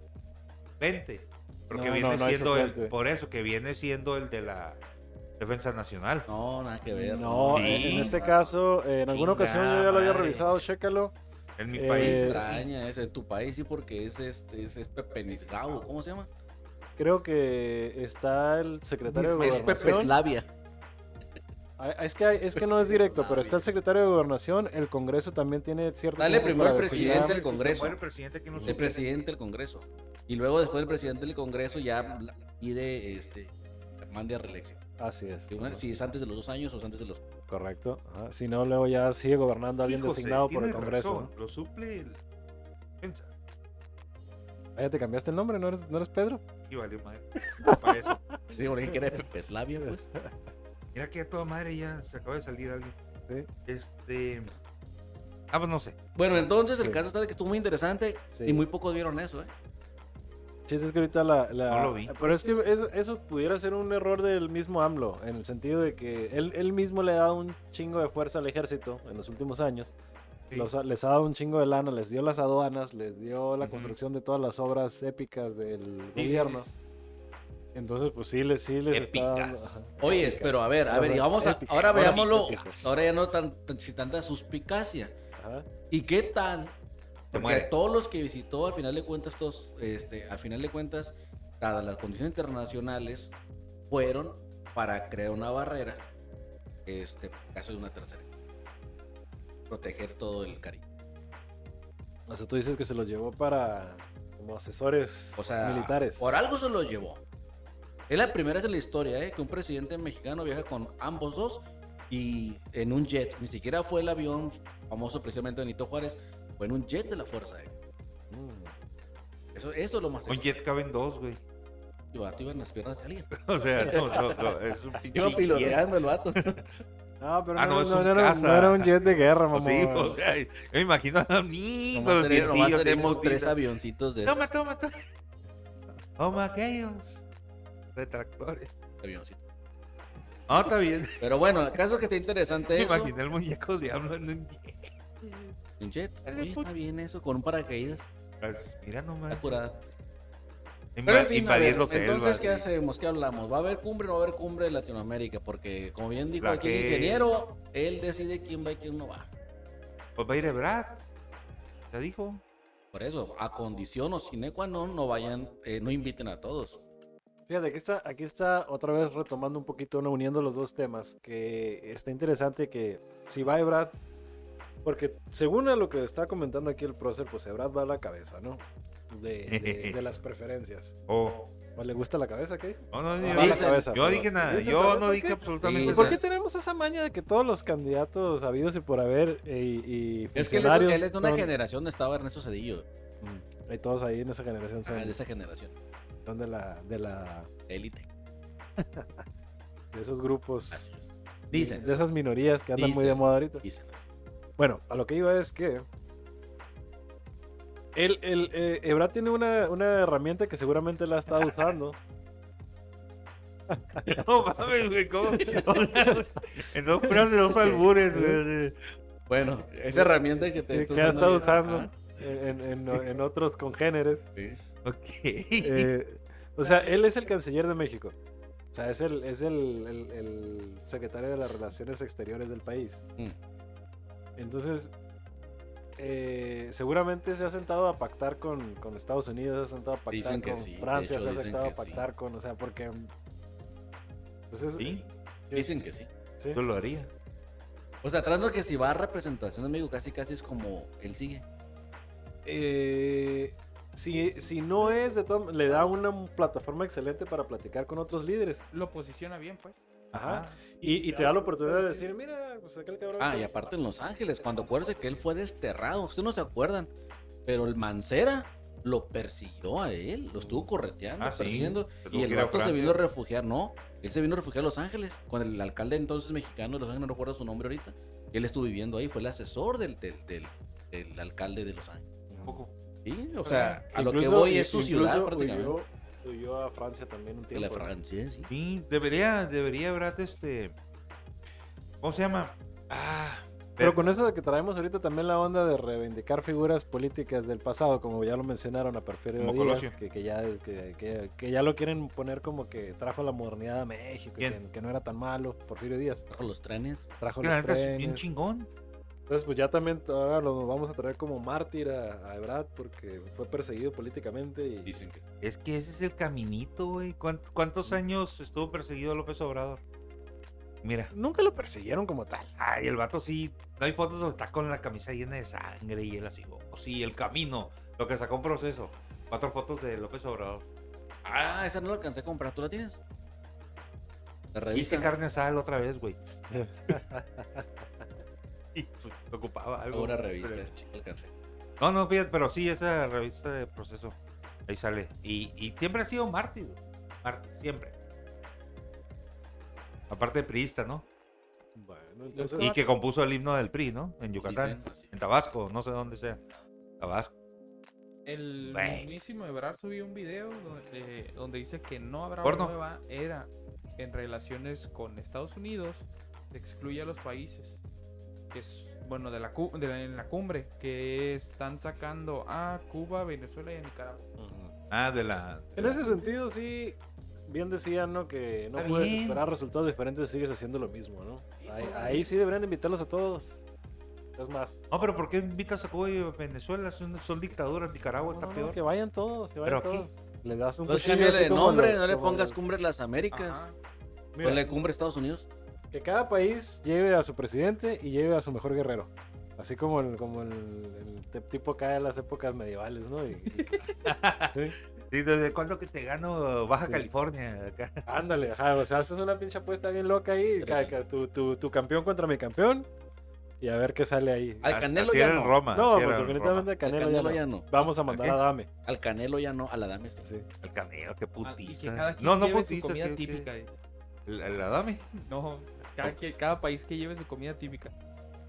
20. Porque
No,
viene
no, no hay
siendo el.
suplente.
Por eso, que viene siendo el de la Defensa Nacional.
No, nada que ver.
No, en-
Sí.
en este caso, eh, en
Chingada
alguna ocasión yo ya lo había
madre.
revisado, chécalo.
En mi
Eh,
país.
Extraña, es en tu país, sí, porque es este, es, es Pepenisgao, ¿cómo se llama?
Creo que está el secretario de
Es
Gobernación.
Pepeslavia.
Ah, Es que, hay- es que no es directo, pero está el secretario de Gobernación, el Congreso también tiene cierto...
Dale
tiempo
primero
para
al
designar-
presidente del
Si se
Congreso.
muere el presidente, ¿quién lo
El
suple?
presidente del Congreso. Y luego después el presidente del Congreso ya la- pide este mande a reelección.
Así es.
Si, una- si es antes de los dos años o es antes de los
Correcto. ajá. Si no, luego ya sigue gobernando alguien
Sí, José,
designado por el
tienes
Congreso.
razón, Lo suple el. Defensa.
Ah, ya te cambiaste el nombre, ¿no eres, no eres Pedro?
Y valió madre. Para eso.
Sí, porque que era de Pepeslavia, pues.
Mira que a toda madre ya se acaba de salir alguien.
Sí.
Este. Ah, pues no sé.
Bueno, entonces el
Sí.
caso está de que estuvo muy interesante
Sí.
y muy pocos vieron eso, ¿eh?
chiste es que ahorita la... la-
No lo vi.
Pero es que eso, eso pudiera ser un error del mismo AMLO, en el sentido de que él, él mismo le ha dado un chingo de fuerza al ejército en los últimos años.
Sí.
Los ha- les ha dado un chingo de lana, les dio las aduanas, les dio la
Ujú.
construcción de todas las obras épicas del
sí,
gobierno. Entonces, pues sí, les, sí les está dando-
Épicas.
ajá,
Oyes,
épicas.
pero a ver, a ver, y vamos a,
Épicas.
ahora
Ahora sí,
veámoslo,
épicas.
ahora ya no tan, tan- sin tanta suspicacia.
Ajá.
¿Y qué tal? Porque
muere.
a todos los que visitó, al final de cuentas, todos, este, al final de cuentas, dadas las condiciones internacionales, fueron para crear una barrera, este, en caso de una tercera, proteger todo el Caribe.
O sea, tú dices que se los llevó para como asesores
O sea,
militares.
por algo se lo llevó. Es la primera vez en la historia ¿eh? que un presidente mexicano viaja con ambos dos y en un jet. Ni siquiera fue el avión famoso precisamente de Benito Juárez, fue en un jet de la Fuerza Aérea.
Mm.
Eso, eso es lo más
Un jet caben dos, güey.
Iba, iba en las piernas de alguien.
<laughs> O sea, no, no, no. Es un
<laughs> Iba
pinche jet.
piloteando el vato.
No, pero
Ah,
no,
no, es
no
un
era, no
caza.
era un jet de guerra,
<laughs> Pues
mamá.
sí, o sea, yo me imagino a los
Nomás
niños,
tenía-
tíos,
nomás tenemos
tenemos
tres
tres
avioncitos de esos
Toma, toma, toma. Toma aquellos retractores.
avioncitos.
No, está bien.
Pero bueno, el caso es que está
<laughs>
interesante
Me
eso.
imaginé el muñeco diablo en un jet.
Un jet.
Dale,
Oye, está
puto.
bien eso, con un paracaídas.
Pues, mira nomás.
Está curada.
Inva-
Pero en fin, a ver,
invadiendo selvas.
entonces, ¿qué
sí.
hacemos? ¿Qué hablamos? ¿Va a haber cumbre o no va a haber cumbre de Latinoamérica? Porque, como bien dijo
La
aquí el
que-
ingeniero, él decide quién va y quién no va.
Pues va a ir Ebrard. Ya dijo.
Por eso, a condición o sine qua non, no vayan, eh, no inviten a todos.
Fíjate, aquí está, aquí está otra vez retomando un poquito, no, uniendo los dos temas, que está interesante que si va Ebrad, porque según a lo que está comentando aquí el prócer, pues Ebrad va a la cabeza, ¿no? De, de- de las preferencias.
Oh.
¿O le gusta la cabeza? ¿Qué dijo?
No, no,
Ah,
yo,
la
dije-
cabeza,
yo
perdón.
dije nada.
Dice,
Yo
pero
no
¿por
dije
qué?
absolutamente
Sí,
¿Y
nada.
por qué tenemos esa maña de que todos los candidatos habidos y por haber eh, y, y
Es que él es, él
funcionarios
es de una
son-
generación donde estaba Ernesto Cedillo,
Mm, Y todos ahí en esa generación
ah,
son,
de esa generación,
son de la, de la
élite.
de esos grupos,
Así es. Dicen,
de esas minorías que andan muy de
Dicen.
moda ahorita.
dicen así.
Bueno, a lo que iba es que. El, el, eh, Ebrard tiene una, una herramienta que seguramente la ha estado
<laughs>
usando.
<laughs> No mames, güey,
<laughs>
¿cómo? <laughs> O sea, en dos peras de dos albures, güey.
Bueno, esa herramienta que te
que
estás
ha estado usando
usando- Ajá,
en, en- en- en otros congéneres.
<laughs> sí.
Ok.
Eh, o sea, él es el canciller de México. O sea, es el, es el, el- el secretario de las Relaciones Exteriores del país.
Mm.
Entonces, eh, seguramente se ha sentado a pactar con, con Estados Unidos, se ha sentado a pactar
Dicen que
con
sí, de
Francia,
hecho,
se ha
dicen
sentado a
que sí.
pactar con, o sea, porque... Pues es,
Sí,
que-
Dicen que sí.
sí.
yo lo haría.
O sea, tras lo que si va a representación de México, casi casi es como él sigue.
Eh, si, si no es, de todas- le da una plataforma excelente para platicar con otros líderes.
Lo posiciona bien, pues.
Ajá. Y, y te da la oportunidad de decir, mira, pues aquel cabrón...
Ah,
que-
y aparte en Los Ángeles, cuando acuérdense que él fue desterrado, ustedes no se acuerdan, pero el Mancera lo persiguió a él, lo estuvo correteando,
Ah, sí.
persiguiendo,
Se tuvo
y
que
el
ir a
vato se
Francia.
vino a refugiar, no, él se vino a refugiar a Los Ángeles, con el alcalde entonces mexicano de Los Ángeles, no recuerdo su nombre ahorita, él estuvo viviendo ahí, fue el asesor del, del, del- del alcalde de Los Ángeles.
Un poco.
Sí, o sea, a lo que
Ah, Incluso-
voy es su
incluso
ciudad prácticamente.
huyó- huyó a Francia también un
De
tiempo.
la
¿no?
Francia, sí.
Sí, debería, debería Brad, este. ¿Cómo se llama? Ah,
Pero con eso de que traemos ahorita también la onda de reivindicar figuras políticas del pasado, como ya lo mencionaron a Porfirio
Como
Díaz,
Colosio.
que, que ya, que, que- que ya lo quieren poner como que trajo la modernidad a México, y
¿Quién?
que, que no era tan malo, Porfirio Díaz,
Bajo los trenes.
trajo
que la
los
neta es bien
trenes.
chingón.
Entonces pues ya también ahora lo vamos a traer como mártir a, a Ebrard porque fue perseguido políticamente y
Dicen que sí.
Es que ese es el caminito, güey. ¿Cuánt- ¿Cuántos años estuvo perseguido López Obrador? Mira.
nunca lo persiguieron como tal.
Ay, el vato sí. No hay fotos donde está con la camisa llena de sangre y él así. Oh, sí, el camino. Lo que sacó un proceso. Cuatro fotos de López Obrador.
Ah, esa no la alcancé a comprar, ¿tú la tienes?
Hice
La revista.
carne asada la otra vez,
<laughs>
güey. y pues, ocupaba algo.
Ahora revista,
eh.
Pero-
chica, alcancé.
No, no, fíjate, pero sí, esa revista de proceso. Ahí sale. Y, y siempre ha sido mártir. güey. Mártir, siempre. Aparte de priista, ¿no?
Bueno, entonces...
Y que
Pues
compuso el himno del PRI, ¿no? En Yucatán.
Dicen así.
En Tabasco, no sé dónde sea. Tabasco.
El
Güey.
mismísimo Ebrard subió un video donde, eh, donde dice que no habrá
Porno.
una nueva era en relaciones con Estados Unidos. Se excluye a los países. Que es, bueno, de la, cu- de la- en la cumbre. Que están sacando a Cuba, Venezuela y a Nicaragua.
Ah, de la.
En ese sentido, sí, bien decían, ¿no? Que no
Está
puedes
bien.
esperar resultados diferentes, sigues haciendo lo mismo, ¿no?
Sí,
Ahí,
póngale.
ahí sí deberían de invitarlos a todos. Es más,
No, pero ¿por qué invitas a Cuba y a Venezuela? Son, son dictaduras. Nicaragua
no,
está
no,
peor.
que vayan todos, que vayan
¿Pero qué?
todos. Le das un
No
cuchillo
cambiale
así
de
como
nombre,
los-
no le
como
pongas
los-
Cumbre de las Américas.
Ajá.
Mira,
Ponle Cumbre Estados Unidos.
Que cada país lleve a su presidente y lleve a su mejor guerrero. Así como el, como el, el te- tipo acá de las épocas medievales, ¿no? Y-
<laughs>
y- sí.
Sí, ¿Desde cuándo que te gano Baja
Sí.
California? Acá.
Ándale, ajá, o sea, haces una pinche apuesta bien loca ahí, ca- ca- tu, tu, tu campeón contra mi campeón, y a ver qué sale ahí.
Al
A-
Canelo
así
ya
era
no.
en Roma.
No,
así era
pues
en Roma.
definitivamente a Canelo,
Al Canelo
ya
ya
no.
no.
Vamos a mandar
¿Qué?
a Dame.
Al Canelo ya no, a la dame.
Sí.
Al Canelo, qué
Ah, y que
putista.
cada quien
no, no
lleve su
putiza.
comida
que- que-
típica. dice.
La, la dame.
No, cada, quien- cada país que lleve su comida típica.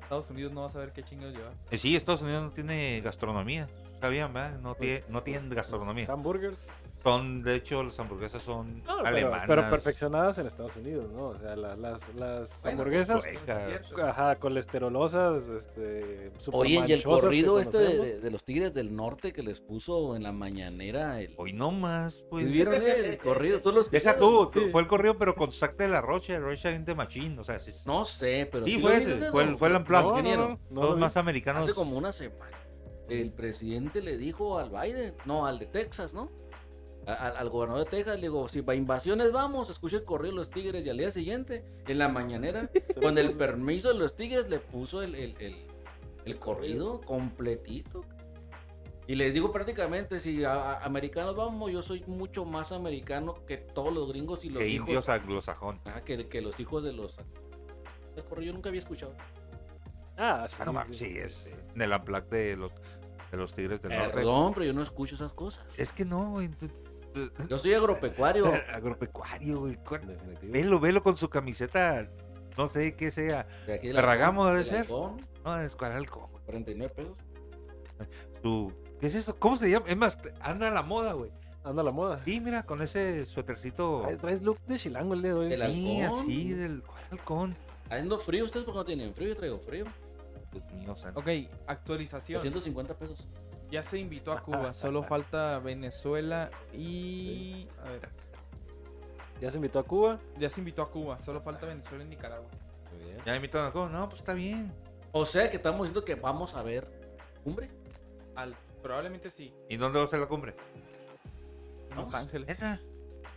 Estados Unidos no va a saber qué chingados llevar.
Eh, Sí, Estados Unidos no tiene gastronomía. Sabían, ¿verdad? No, tiene,
Pues,
no tienen gastronomía.
Hamburgers.
Son, de hecho, las hamburguesas son
No, pero-
alemanas.
Pero, perfeccionadas en Estados Unidos, ¿no? O sea, la- las, las
Bueno,
hamburguesas,
pues,
Entonces, es cierto.
ajá, colesterolosas, este,
Oye, y el
supermanchosas que
corrido este de,
conocemos.
de- de los Tigres del Norte que les puso en la mañanera. El...
Hoy no más, pues.
¿Sí ¿Vieron el corrido? ¿Tú lo
Deja
escuchaste?
tú, tú- ffue el corrido, pero con Sac de la Rocha, Rocha de Machín, o sea, sí,
No sé, pero.
Sí,
lo
fue
viste
ese,
eso?
fue el- fue el unplugged.
No, no, no,
Ingeniero,
no lo
todos
vi.
más americanos.
Hace como una semana. El presidente le dijo al Biden, no, al de Texas, ¿no? A- Al, al gobernador de Texas le digo, si para invasiones vamos, escuché el correo de los Tigres y al día siguiente, en la <laughs> mañanera, con el permiso de los Tigres, le puso el, el- el- el corrido completito. Y les digo prácticamente, si a- a- americanos vamos, yo soy mucho más americano que todos los gringos y los
que
hijos.
indios anglosajón.
Ah, que, que los hijos de los... El correo yo nunca había escuchado.
Ah, sí.
Ah, no mames, sí, es eh, en el amplac de los, de los Tigres del Norte.
Perdón, pero yo no escucho esas cosas.
Es que no, güey, entonces, eh,
Yo soy agropecuario.
o sea, agropecuario, güey. cuál-
Definitivo.
Velo, velo con su camiseta, no sé qué sea.
De aquí del
Ferragamo
Halcón,
debe
del
ser.
Halcón,
No, es cual algo.
49 pesos.
Su, ¿Qué es eso? ¿Cómo se llama? Es más, te- anda a la moda, güey.
Anda la moda.
Sí, mira, con ese suétercito.
Traes, traes look de chilango el dedo,
El
hoy.
al-
Sí,
halcón.
así, del cual halcón.
Haciendo frío, ustedes porque no tienen frío, yo traigo frío.
Dios mío, santo.
Ok,
Pues
actualización.
250 pesos.
Ya se invitó a Cuba,
<laughs>
solo falta Venezuela y... A ver,
Ya se invitó a Cuba.
ya se invitó a Cuba, solo falta Venezuela y Nicaragua.
Ya invitaron a Cuba. No, pues está bien.
O sea que estamos diciendo que vamos a ver cumbre.
Al, probablemente sí.
¿Y dónde va a ser la cumbre?
en
Vamos,
Los Ángeles.
Neta.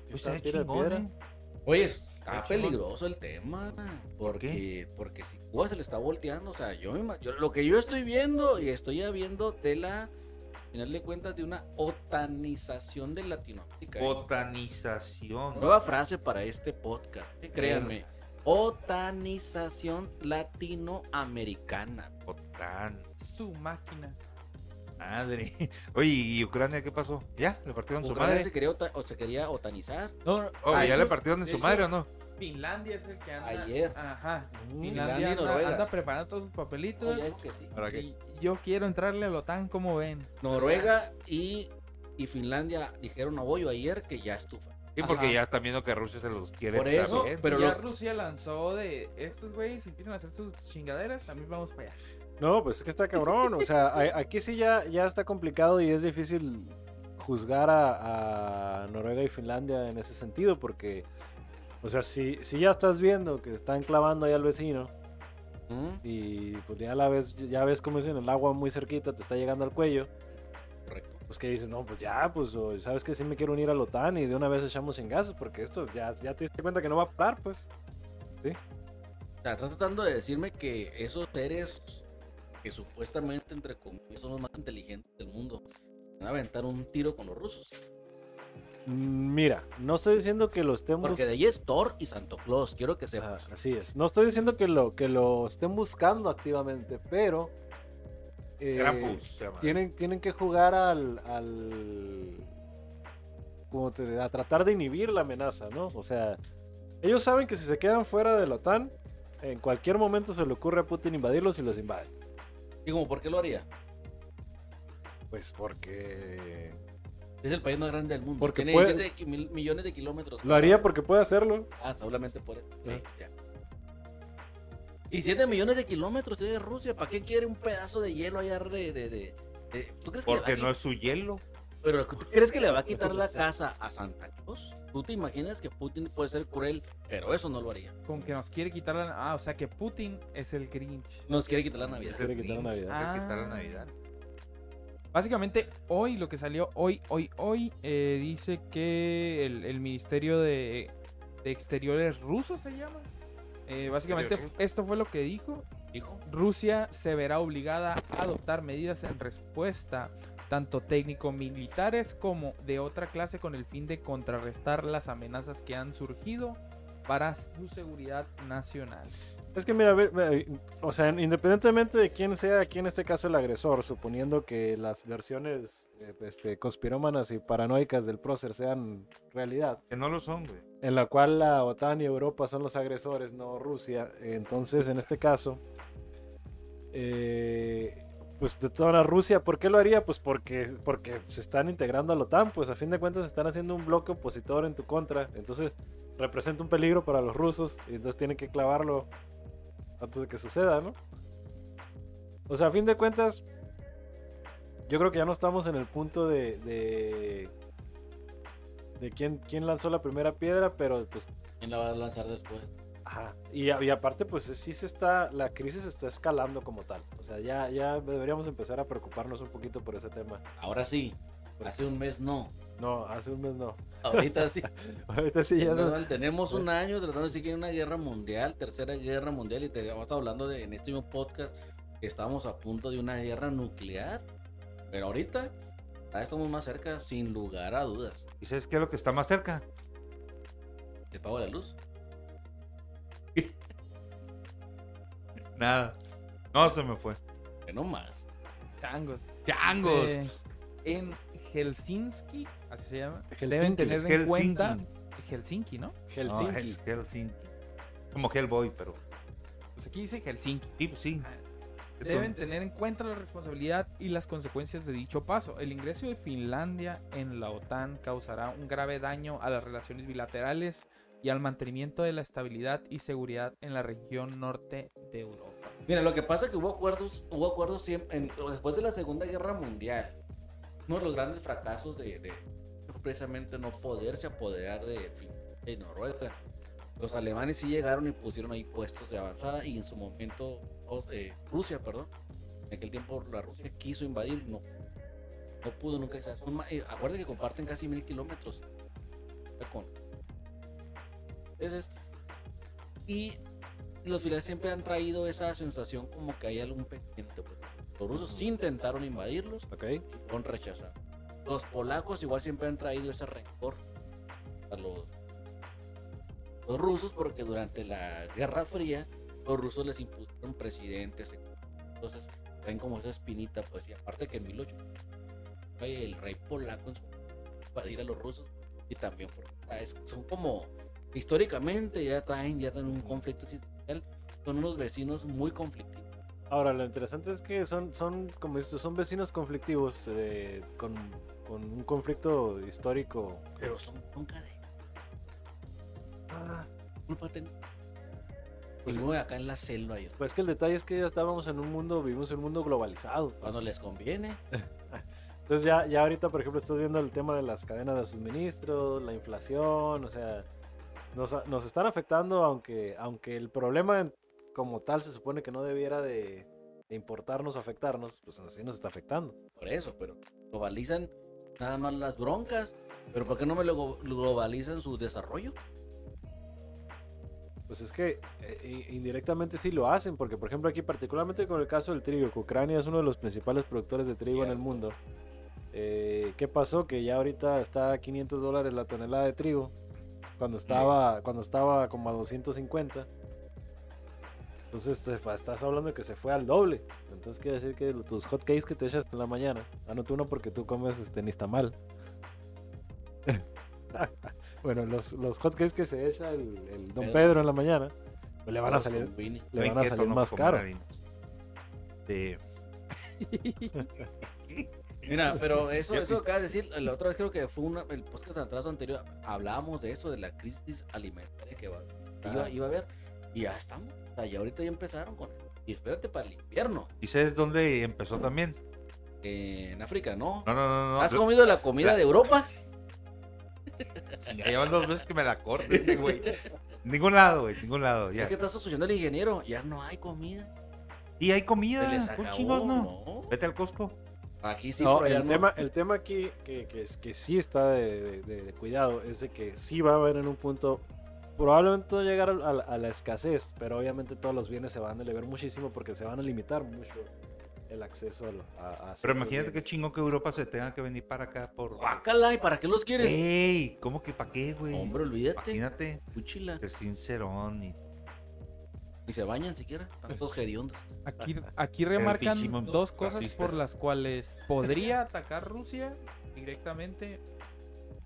Pues
Está
está
tira de
chingón,
piedra.
¿eh?
Oye, está
Ah, chingón.
peligroso el tema. Porque,
qué?
porque si Cuba se le está volteando, o sea, yo, me ima- yo- lo que yo estoy viendo y estoy ya viendo de la, al final de cuentas, de una otanización de Latinoamérica. ¿eh?
Botanización.
Ah.
Nueva frase para este podcast. ¿eh? Créanme. Otanización latinoamericana.
Botan.
Su máquina.
Madre. <laughs> Oye, ¿y Ucrania qué pasó? ¿Ya? ¿Le partieron su
Ucrania se
madre?
quería, ota- o se quería otanizar.
No, no,
Oh,
ah,
¿Ya
eso-
le partieron en
de
su
hecho,
madre o no?
Finlandia es el que anda...
Ayer. Uh,
Ajá.
Mm,
Finlandia y
Finlandia anda,
Noruega.
anda preparando todos sus papelitos.
Ah, ya dijo que sí.
¿Para qué?
y yo quiero entrarle a la OTAN, como ven.
Noruega y, y Finlandia dijeron a Bollo ayer que ya estufa.
Sí, porque
Ajá.
ya están viendo que Rusia se los quiere
Por eso,
también.
pero
ya
lo-
Rusia lanzó de estos güeyes empiezan a hacer sus chingaderas, también vamos para allá.
No, pues es que está cabrón. O sea, a- aquí sí ya, ya está complicado y es difícil juzgar a, a Noruega y Finlandia en ese sentido porque, o sea, si, si ya estás viendo que están clavando ahí al vecino
Mm,
y pues ya la ves, ya ves cómo es en el agua muy cerquita, te está llegando al cuello,
Correcto.
pues que dices, no, pues ya, pues o- sabes que sí me quiero unir a la OTAN y de una vez echamos chingazos porque esto ya, ya te diste cuenta que no va a parar, pues.
O sea, estás tratando de decirme que esos seres que supuestamente, entre comillas, son los más inteligentes del mundo, van a aventar un tiro con los rusos.
Mm, Mira, no estoy diciendo que lo estén
Porque de ahí es Thor y Santo Claus, quiero que
Ah,
sepas.
así es. No estoy diciendo que lo, que lo estén buscando activamente, pero eh,
Krampus se llama.
tienen, tienen que jugar al, al como te- a tratar de inhibir la amenaza, ¿no? O sea, ellos saben que si se quedan fuera de la OTAN, en cualquier momento se le ocurre a Putin invadirlos y los invade.
Y como, ¿por qué lo haría?
Pues porque...
Es el país más grande del mundo.
Porque
Tiene
puede-
17 qui- mil millones de kilómetros.
Lo haría
cuadrados.
porque puede hacerlo.
Ah, solamente por eso.
Ah.
Sí, ya. Y 7 millones de kilómetros tiene Rusia. ¿Para qué quiere un pedazo de hielo allá de... de- de- de- ¿Tú crees que le va a
Porque no
qui-
es su hielo.
pero ¿tú crees que le va a
<laughs>
quitar la casa a Santa Claus? ¿Tú te imaginas que Putin puede ser cruel? Pero eso no lo haría.
Con que nos quiere quitar la... Ah, o sea que Putin es el Grinch.
Nos quiere quitar la Navidad.
Quiere quitar la
Grinch,
Navidad.
quiere quitar la
Ah.
Navidad.
Básicamente, hoy, lo que salió hoy, hoy, hoy, eh, dice que el, el Ministerio de, de Exteriores ruso se llama. Eh, básicamente,
Exteriores ruso.
esto fue lo que dijo.
Dijo.
Rusia se verá obligada a adoptar medidas en respuesta, tanto técnico-militares como de otra clase, con el fin de contrarrestar las amenazas que han surgido para su seguridad nacional.
Es que mira, a ver, eh, o sea, independientemente de quién sea aquí en este caso el agresor, suponiendo que las versiones eh, este, conspirómanas y paranoicas del prócer sean realidad,
Que no lo son, güey.
en la cual la OTAN y Europa son los agresores, no Rusia, entonces en este caso, eh, pues de toda la Rusia, ¿por qué lo haría? Pues porque, porque se están integrando a la OTAN, pues a fin de cuentas están haciendo un bloque opositor en tu contra, entonces representa un peligro para los rusos y entonces tienen que clavarlo antes de que suceda, ¿no? O sea, a fin de cuentas, yo creo que ya no estamos en el punto de, de, de quién, quién lanzó la primera piedra, pero pues,
¿Quién la va a lanzar después?
ajá. Y, a- y aparte, pues sí se está, la crisis está escalando como tal. O sea, ya, ya deberíamos empezar a preocuparnos un poquito por ese tema.
Ahora sí. Hace un mes no.
No, hace un mes no. <laughs>
Ahorita sí.
Ahorita sí ya se-
Entonces, tenemos un año tratando de decir que hay una guerra mundial, tercera guerra mundial, y te estamos hablando de, en este mismo podcast que estábamos a punto de una guerra nuclear. Pero ahorita ya estamos más cerca, sin lugar a dudas.
¿Y sabes qué es lo que está más cerca?
El pago de la luz.
Nada. No, se me fue.
Que no más.
Changos.
¡Changos!
Dice, En Helsinki, así se llama.
Helsinki,
Deben tener
es
en
Helsinki.
cuenta Helsinki, ¿no?
No,
Helsinki.
es Helsinki. Como Hellboy, pero.
Pues aquí dice Helsinki.
Sí, pues sí.
Ah. Deben tener en cuenta la responsabilidad y las consecuencias de dicho paso. El ingreso de Finlandia en la OTAN causará un grave daño a las relaciones bilaterales y al mantenimiento de la estabilidad y seguridad en la región norte de Europa.
Mira, lo que pasa es que hubo acuerdos, hubo acuerdos siempre, en- después de la Segunda Guerra Mundial. Uno de los grandes fracasos de, de precisamente no poderse apoderar de, Fin- de Noruega. Los alemanes sí llegaron y pusieron ahí puestos de avanzada y en su momento os- eh, Rusia, perdón, en aquel tiempo la Rusia quiso invadir, no, no pudo nunca. se asoma- eh, Acuérdense que comparten casi mil kilómetros con. Entonces, y los finlandeses siempre han traído esa sensación como que hay algún pendiente. pues. Los rusos sí intentaron invadirlos
Ok.
y fueron rechazados. Los polacos igual siempre han traído ese rencor a los, los rusos porque durante la Guerra Fría los rusos les impusieron presidentes. Entonces traen como esa espinita, pues, y aparte que en 1800 el rey polaco en su- invadir a los rusos y también fue- es- son como históricamente ya traen, ya traen un conflicto existencial. Son unos vecinos muy conflictivos.
Ahora, lo interesante es que son, son como dices, tú, son vecinos conflictivos eh, con, con un conflicto histórico.
Pero son bronca de.
Ah.
Culpa tengo. Pues voy acá en la selva yo.
Pues que el detalle es que ya estábamos en un mundo, vivimos en un mundo globalizado.
Cuando les conviene.
Entonces ya, ya ahorita, por ejemplo, estás viendo el tema de las cadenas de suministro, la inflación, o sea, nos, a- nos están afectando, aunque, aunque el problema en- como tal se supone que no debiera de, de importarnos o afectarnos, pues así nos está afectando.
Por eso, pero globalizan nada más las broncas. Pero ¿por qué no me lo glo- globalizan su desarrollo?
Pues es que eh, i- indirectamente sí lo hacen, porque por ejemplo aquí particularmente con el caso del trigo, que Ucrania es uno de los principales productores de trigo en el
Cierto.
mundo. Eh, ¿Qué pasó? Que ya ahorita está a 500 dólares la tonelada de trigo, cuando estaba, cuando estaba como a 250. Entonces te fa- estás hablando que se fue al doble. Entonces quiere decir que lo- tus hotcakes que te echas en la mañana, ah no tú no porque tú comes este ni está mal. <laughs> bueno, los, los hotcakes que se echa el, el don
Pedro.
Pedro en la mañana, pues le van a
Los
salir,
conviene.
le
Estoy
van a
inquieto,
salir
no
más
puedo
caro.
comer harinas. De-
Mira, pero eso,
Yo-
eso que acabas de decir, la otra vez creo que fue una, el podcast atraso anterior, hablábamos de eso, de la crisis alimentaria que va, iba, iba a haber, y ya estamos, o sea, ya ahorita ya empezaron con Y espérate para el invierno,
<laughs> ¿Y sabes dónde empezó también?
en África, ¿no?
No, no, no, no.
¿Has
lo-
comido la comida
la-
de Europa?
Ya llevan dos veces que me la corto, este güey. Ningún lado, güey, ningún lado,
Es
ya.
que estás asociando al ingeniero, ya no hay comida.
Y hay comida,
Se les
¿por
acabó,
chingos no?
¿no?
Vete al Costco.
Aquí sí,
No,
pero allá
el,
no.
tema, el tema aquí que, que, es- que sí está de, de- de- de cuidado es de que sí va a haber en un punto, probablemente no llegar al- al- a, la escasez, pero obviamente todos los bienes se van a elevar muchísimo porque se van a limitar mucho el acceso a... lo- a- a
Pero
ciertos
imagínate qué
bienes.
chingón que Europa se tenga que venir para acá por.
Guácala, ¿y para qué los quieres?
¡Ey! ¿Cómo que para qué, Eh, güey?
Hombre, olvídate,
Imagínate,
cuchila.
ser sincerón y
Ni se bañan siquiera, tantos hediondos.
Aquí, aquí
pinche
remarcan
mon-
dos cosas
racista.
por las cuales podría atacar Rusia directamente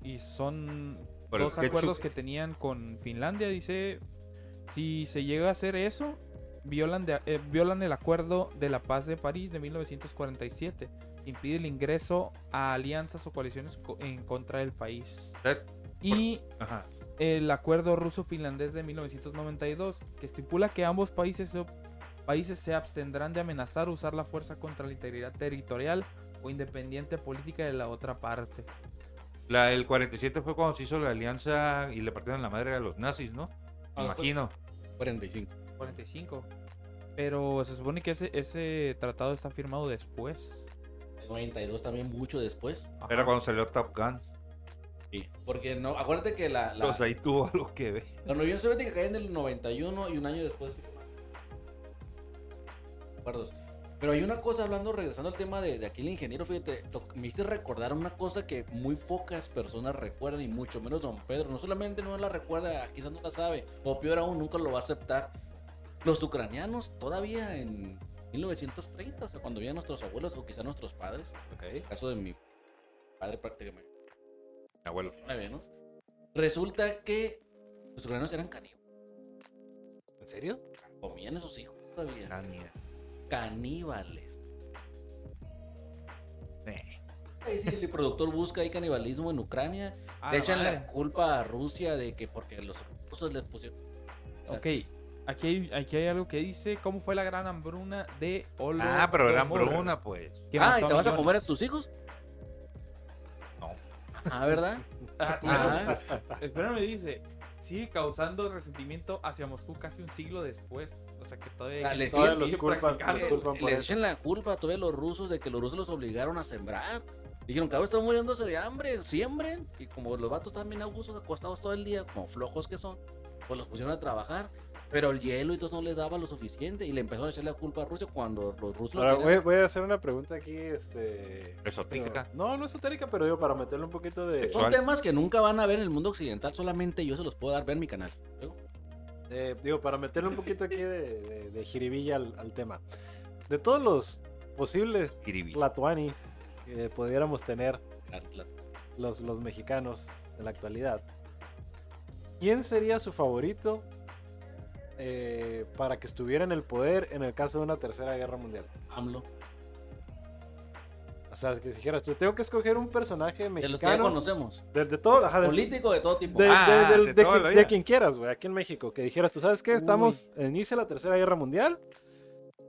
y son
Por el
dos
ketchup.
acuerdos que tenían con Finlandia. Dice, si se llega a hacer eso, violan, de- eh, violan el acuerdo de la paz de París de 1947, que impide el ingreso a alianzas o coaliciones co- en contra del país.
¿Sabes?
Y
Ajá.
el acuerdo ruso-finlandés de 1992, que estipula que ambos países se, países se abstendrán de amenazar o usar la fuerza contra la integridad territorial o independiente política de la otra parte.
La, el 47 fue cuando se hizo la alianza y le partieron la madre a los nazis, ¿no? Me
Ah,
imagino.
45.
45. Pero se supone que ese, ese tratado está firmado después.
El 92 también mucho después.
Ajá.
Era cuando salió Top Gun.
Porque no, acuérdate que la, la,
Pues ahí tuvo algo que ver.
la Unión Soviética cae en el 91 y un año después. Acuerdos. Pero hay una cosa hablando, regresando al tema de, de aquí el ingeniero, fíjate, to- me hice recordar una cosa que muy pocas personas recuerdan y mucho menos don Pedro. No solamente no la recuerda, quizás no la sabe, o peor aún, nunca lo va a aceptar. Los ucranianos todavía en 1930, o sea, cuando vivían nuestros abuelos o quizás nuestros padres, en el caso de mi padre prácticamente.
Mi abuelo.
Ahí ve, ¿no? Resulta que los ucranianos eran caníbales.
¿En serio?
Comían a sus hijos todavía.
Ah, mía.
Caníbales.
Eh,
Ahí sí, el productor busca ahí canibalismo en Ucrania.
Ah,
le echan
madre.
la culpa a Rusia de que porque los rusos les pusieron.
Ok, aquí hay, aquí hay algo que dice cómo fue la gran hambruna de Olo.
Ah, pero era bruna, pues.
Ah, ¿y te vas a comer a tus hijos?
No.
Ah, ¿verdad? Ah,
Espérame, dice. Sigue causando resentimiento hacia Moscú casi un siglo después. O sea que todavía.
Ah, le
todavía
siguen-
sigue
los culpan-
practicando.
los culpan.
les echan la culpa todavía a los rusos de que los rusos los obligaron a sembrar. Dijeron, cabrón, están muriéndose de hambre, siembren. Y como los vatos están bien abusos, acostados todo el día, como flojos que son, pues los pusieron a trabajar. Pero el hielo y todo eso no les daba lo suficiente. Y le empezaron a echar la culpa a Rusia cuando los rusos. lo
Ahora,
querían.
voy, voy a hacer una pregunta aquí, este... pero-
Exótica.
no, no esotérica, pero digo, para meterle un poquito de...
Sexual.
Son temas que nunca van a ver en el mundo occidental, solamente yo se los puedo dar, ver mi canal. Luego,
Eh, digo, para meterle un poquito aquí de, de, de jiribilla al, al tema. De todos los posibles
Kiribis.
tlatoanis que pudiéramos tener
claro, claro.
los, los mexicanos de la actualidad, ¿quién sería su favorito eh, para que estuviera en el poder en el caso de una tercera guerra mundial?
AMLO.
O sea, que dijeras, tú tengo que escoger un personaje
De los que ya
mexicano.
conocemos.
De, de todo, ajá, de-
Político de todo tipo.
de,
Ah,
de- del-
de
de
toda
quien-
la
de
vida.
quien quieras, güey, aquí en México. Que dijeras, tú sabes qué, estamos en inicio de la Tercera Guerra Mundial.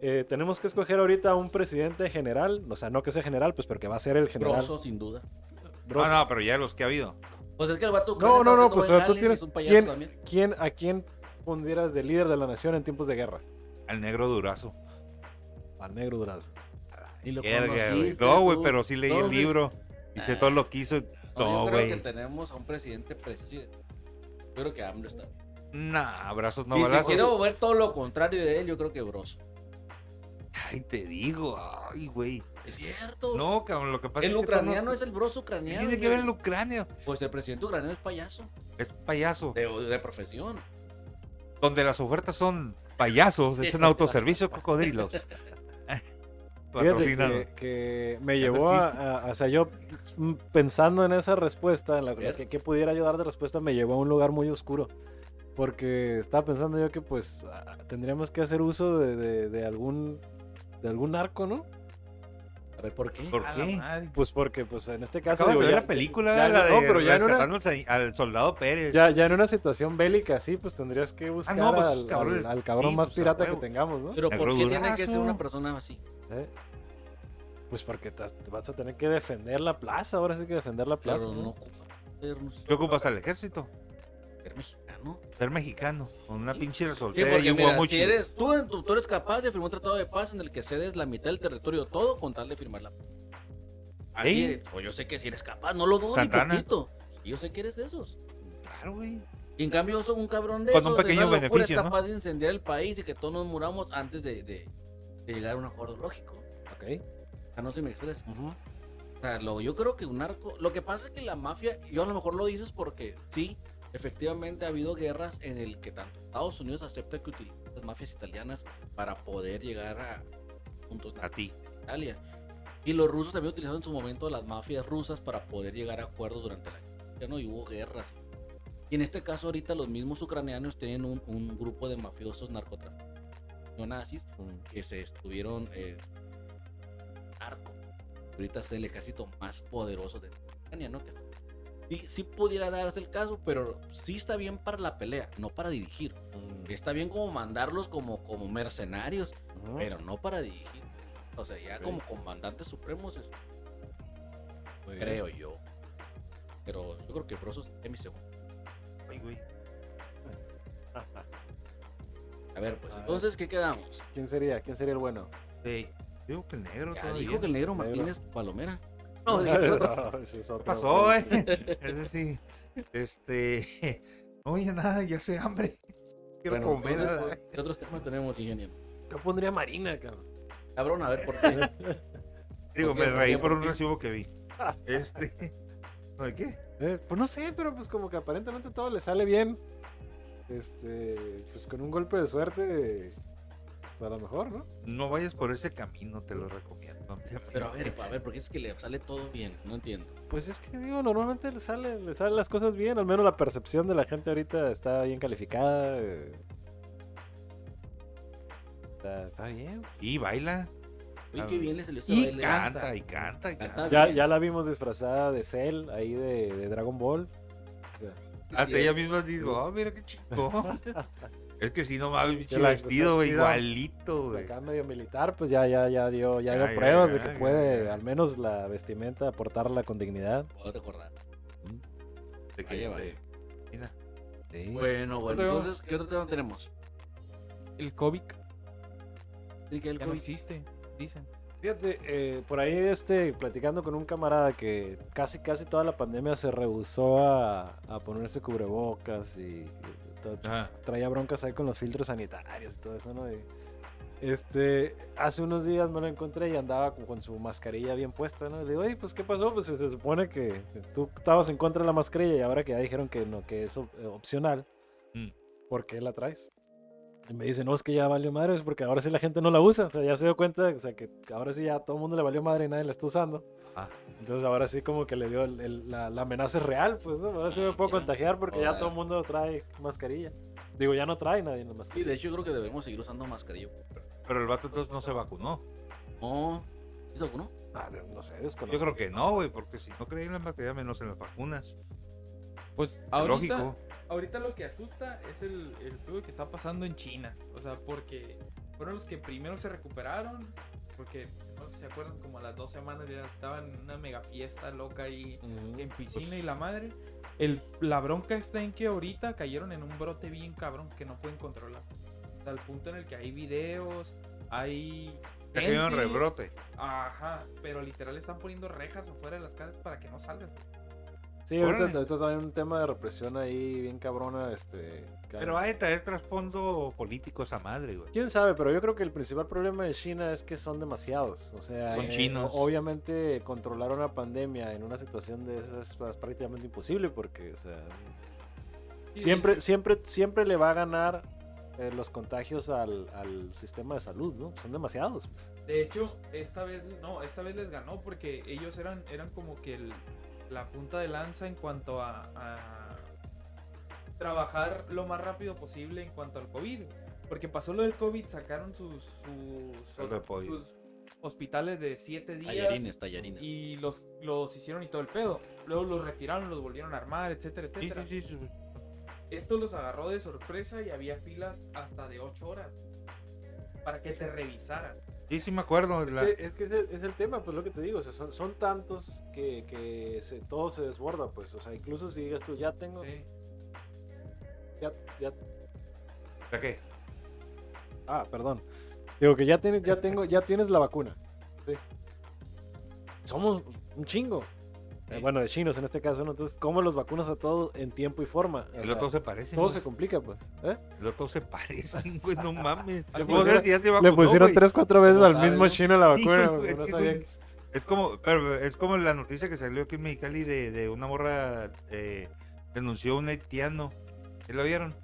eh, tenemos que escoger ahorita un presidente general. O sea, no que sea general, pues, pero que va a ser el general.
Grosso, sin duda.
No,
Broso.
Ah,
Ah,
no, pero ya los que ha habido.
Pues es que el vato
No, no,
ucraniano
no,
está haciendo
pues,
buen
tú
jale,
tienes-
es un payaso
¿quién-
también.
¿Quién, ¿A quién pondrías de líder de la nación en tiempos de guerra?
Al negro durazo.
Al negro durazo.
Ni lo
Verga, güey.
conociste,
No, güey,
tú.
pero sí leí
No,
el
sí.
libro. Y sé
Ah.
todo lo que hizo.
No,
No,
yo creo que
güey.
tenemos a un presidente preciso. y- Yo creo que AMLO está. bien.
Nah, abrazos no
y si
balazos.
quiero ver todo lo contrario de él, yo creo que Broso.
Ay, te digo. Ay, güey.
Es cierto.
No, cabrón, lo que pasa
el
es que. pues,
ucraniano
no-
es el Broso
¿Qué
ucraniano.
Tiene que ver el ucranio.
Pues el presidente ucraniano es payaso.
Es payaso. Eh,
De, de profesión.
donde las ofertas son payasos, es un autoservicio
<laughs>
cocodrilos.
Fíjate
Patrocínanos.
que, que me
Ya no
llevó a,
existe.
a- O sea, yo mm, pensando en esa respuesta, en la,
Ver.
que, que pudiera ayudar de respuesta, me llevó a un lugar muy oscuro. Porque estaba pensando yo que, pues, ah, tendríamos que hacer uso de, de- de algún. de algún arco, ¿no?
ver, ¿por qué?
¿Por
A la
qué?
madre.
Pues porque, pues en este caso,
Acabo de
digo,
ver
ya,
la película,
ya-
la de
no, pero ya no era-
rescatando al se- al soldado Pérez.
ya, ya en una situación bélica así, pues tendrías que buscar
no, pues,
al,
cabrones,
al- al cabrón
sí,
más
pues, a
pirata que
huevo.
tengamos, ¿no?
Pero ¿por
Negro
qué tiene que ser una
durazo.
persona así?
Eh, Pues porque te- te vas a tener que defender la plaza, ahora sí que defender la plaza.
Claro,
¿no?
no ocupa ser, no sé,
¿Qué ocupas al ejército?
ser mexicano.
Ser mexicano, con una
Sí.
pinche
Sí,
resoltera y
porque
un
mira,
guamuchi.
si eres, tú, tú, tú eres capaz de firmar un tratado de paz en el que cedes la mitad del territorio todo con tal de firmar la paz. Así
Sí.
eres. O yo sé que si eres capaz, no lo dudo ni
Santana.
poquito. Y Yo sé que eres de esos.
Claro, güey.
Y en cambio, yo soy un cabrón de
Con Pues
esos.
un
de
pequeño
una locura,
beneficio,
Es
¿no?
capaz de incendiar el país y que todos nos muramos antes de, de- de llegar a un acuerdo lógico.
Ok.
Ah, no se me expresa.
Ujú.
O sea, lo- yo creo que un narco. Lo que pasa es que la mafia, yo a lo mejor lo dices porque sí, efectivamente ha habido guerras en el que tanto Estados Unidos acepta que utilice las mafias italianas para poder llegar a puntos
A ti.
Italia. Y los rusos también utilizaron en su momento las mafias rusas para poder llegar a acuerdos durante la guerra, ¿no? Y hubo guerras. Y en este caso ahorita los mismos ucranianos tienen un, un grupo de mafiosos narcotraficantes neonazis que se estuvieron eh, arco. Ahorita es el ejército más poderoso de Ucrania, ¿no? Que está- Y sí pudiera darse el caso, pero sí está bien para la pelea, no para dirigir.
Mm,
Está bien como mandarlos como, como mercenarios,
ujú.
pero no para dirigir. O sea, ya
Ok.
como comandantes supremos, es-
Muy bien.
creo yo. Pero yo creo que Brosos es mi segundo.
Ay, güey.
A ver, pues
A ver.
entonces, ¿qué quedamos?
¿Quién sería? ¿Quién sería el bueno?
Sí. Digo que el negro
Ya
todavía.
dijo que el negro
Negro.
Martínez Palomera.
<laughs>
No, digo, es otro.
No, ese es
¿Qué
otro.
pasó, eh?
pues.
<laughs> Ese sí. Este. <laughs> Oye, nada, ya sé hambre. <laughs> Quiero
Bueno,
comer.
entonces,
a la-
¿qué otros temas tenemos, ingeniero?
Yo pondría Marina, cabrón.
Cabrón, a ver por qué. <laughs>
Digo,
¿por
me
qué? ¿por
reí
qué?
por
¿por
un
qué?
recibo
<laughs>
que vi. Este. <laughs> ¿No de qué?
Eh, pues no sé, pero pues como que aparentemente todo le sale bien. Este, pues con un golpe de suerte, pues a lo mejor, ¿no?
No vayas por ese camino, te lo recomiendo. ampliamente.
Pero a ver, a ver, porque es que le sale todo bien, no entiendo.
Pues es que digo, normalmente le salen, le salen las cosas bien, al menos la percepción de la gente ahorita está bien calificada. eh. Está, está bien.
Y baila.
Oye,
Ah,
qué bien le salió ese
y
baile.
ca-
Canta y canta y
Canta
canta.
Ya, ya la vimos disfrazada de Cell, ahí de, de Dragon Ball. O sea,
Hasta ella misma digo, ah, mira qué <laughs> chingón. es que si no mames, pinche
la-
vestido, güey,
mira,
igualito, güey.
acá medio militar, pues ya, ya, ya dio, ya
Ya,
dio
ya,
pruebas
ya,
de que
ya,
puede,
ya.
al menos la vestimenta, portarla con dignidad.
Oh, te acordaste.
De
Ahí
que-
va,
de-
ahí.
Mira.
Bueno, bueno,
Otro-
entonces, ¿qué otro tema tenemos?
El COVID
Sí, que el
ya no
COVID.
existe, dicen.
Fíjate, eh, por ahí este, platicando con un camarada que casi casi toda la pandemia se rehusó a, a ponerse cubrebocas y y todo-
Ajá.
traía broncas ahí con los filtros sanitarios y todo eso, ¿no? Y, este, hace unos días me lo encontré y andaba con, con su mascarilla bien puesta, ¿no? Y le digo, oye, pues, ¿qué pasó? Pues se, se supone que tú estabas en contra de la mascarilla y ahora que ya dijeron que no, que es op- eh, opcional,
Mm.
¿por qué la traes? Y me dice, no, es que ya valió madre, porque ahora sí la gente no la usa. O sea, ya se dio cuenta, o sea, que ahora sí ya a todo el mundo le valió madre y nadie la está usando.
Ah.
Entonces ahora sí como que le dio el- el- la, la amenaza es real, pues, ¿no? Ahora sí me puedo
Ya.
contagiar porque ya
Joder.
todo el mundo trae mascarilla. Digo, ya no trae nadie la
Sí,
mascarilla.
de hecho, yo creo que debemos seguir usando mascarilla.
Pero el vato entonces no se vacunó.
No, ¿es alguno?
Ah, de- no sé,
Yo
desconozco.
creo que no, güey, porque si no creen en la mascarilla, menos en las vacunas.
Pues ahorita,
Lógico.
ahorita lo que asusta es el, el pedo que está pasando en China. O sea, porque fueron los que primero se recuperaron. Porque pues, no sé si se acuerdan, como a las dos semanas ya estaban en una mega fiesta loca ahí
Mm.
en piscina y la madre. El, la bronca está en que ahorita cayeron en un brote bien cabrón que no pueden controlar. Hasta el punto en el que hay videos, hay.
Ya que hay un
gente,
rebrote.
Ajá, pero literal están poniendo rejas afuera de las casas para que no salgas.
Sí, ahorita,
Órale.
ahorita también un tema de represión ahí bien cabrona, este... que-
Pero hay que traer trasfondo político esa madre, güey.
Quién sabe, pero yo creo que el principal problema de China es que son demasiados. O sea, eh,
Son chinos.
obviamente controlar una pandemia en una situación de esas es prácticamente imposible porque, o sea, siempre, siempre, siempre le va a ganar eh, los contagios al, al sistema de salud, ¿no? Son demasiados.
De hecho, esta vez no, esta vez les ganó porque ellos eran, eran como que el- la punta de lanza en cuanto a, a trabajar lo más rápido posible en cuanto al COVID. Porque pasó lo del COVID, sacaron sus, sus,
Algo de pollo.
sus hospitales de 7 días.
Tallarines, tallarines.
Y los, los hicieron y todo el pedo. Luego los retiraron, los volvieron a armar, etcétera,
Sí,
etcétera.
sí, sí, sí.
Esto los agarró de sorpresa y había filas hasta de 8 horas para que te revisaran.
Sí, sí me acuerdo.
Es
la-
que, es, que es, el, es el tema, pues lo que te digo, o sea, son, son tantos que, que se- todo se desborda, pues, o sea, incluso si digas tú, ya tengo,
Sí.
ya, ya-
¿la qué?
ah, perdón, digo que ya tienes, ya tengo, ya tienes la vacuna. Sí. Somos un chingo. Eh,
Sí.
bueno, de chinos en este caso, ¿no? Entonces, ¿cómo los vacunas a todos en tiempo y forma? O
El
sea,
otro se parece.
todo se complica, pues. ¿eh?
El otro se <laughs> parece, güey, no mames.
Le
Le pusieron,
pusieron-
si ya se
Le
vacunó,
pusieron
pues, güey.
tres, cuatro veces
No
al
sabe,
mismo
¿no?
chino la
Sí,
vacuna.
güey,
porque
es
no
que,
sabía
güey, Es como, pero es como la noticia que salió aquí en Mexicali de, de una morra eh, denunció a un haitiano. ¿Sí ¿Lo vieron?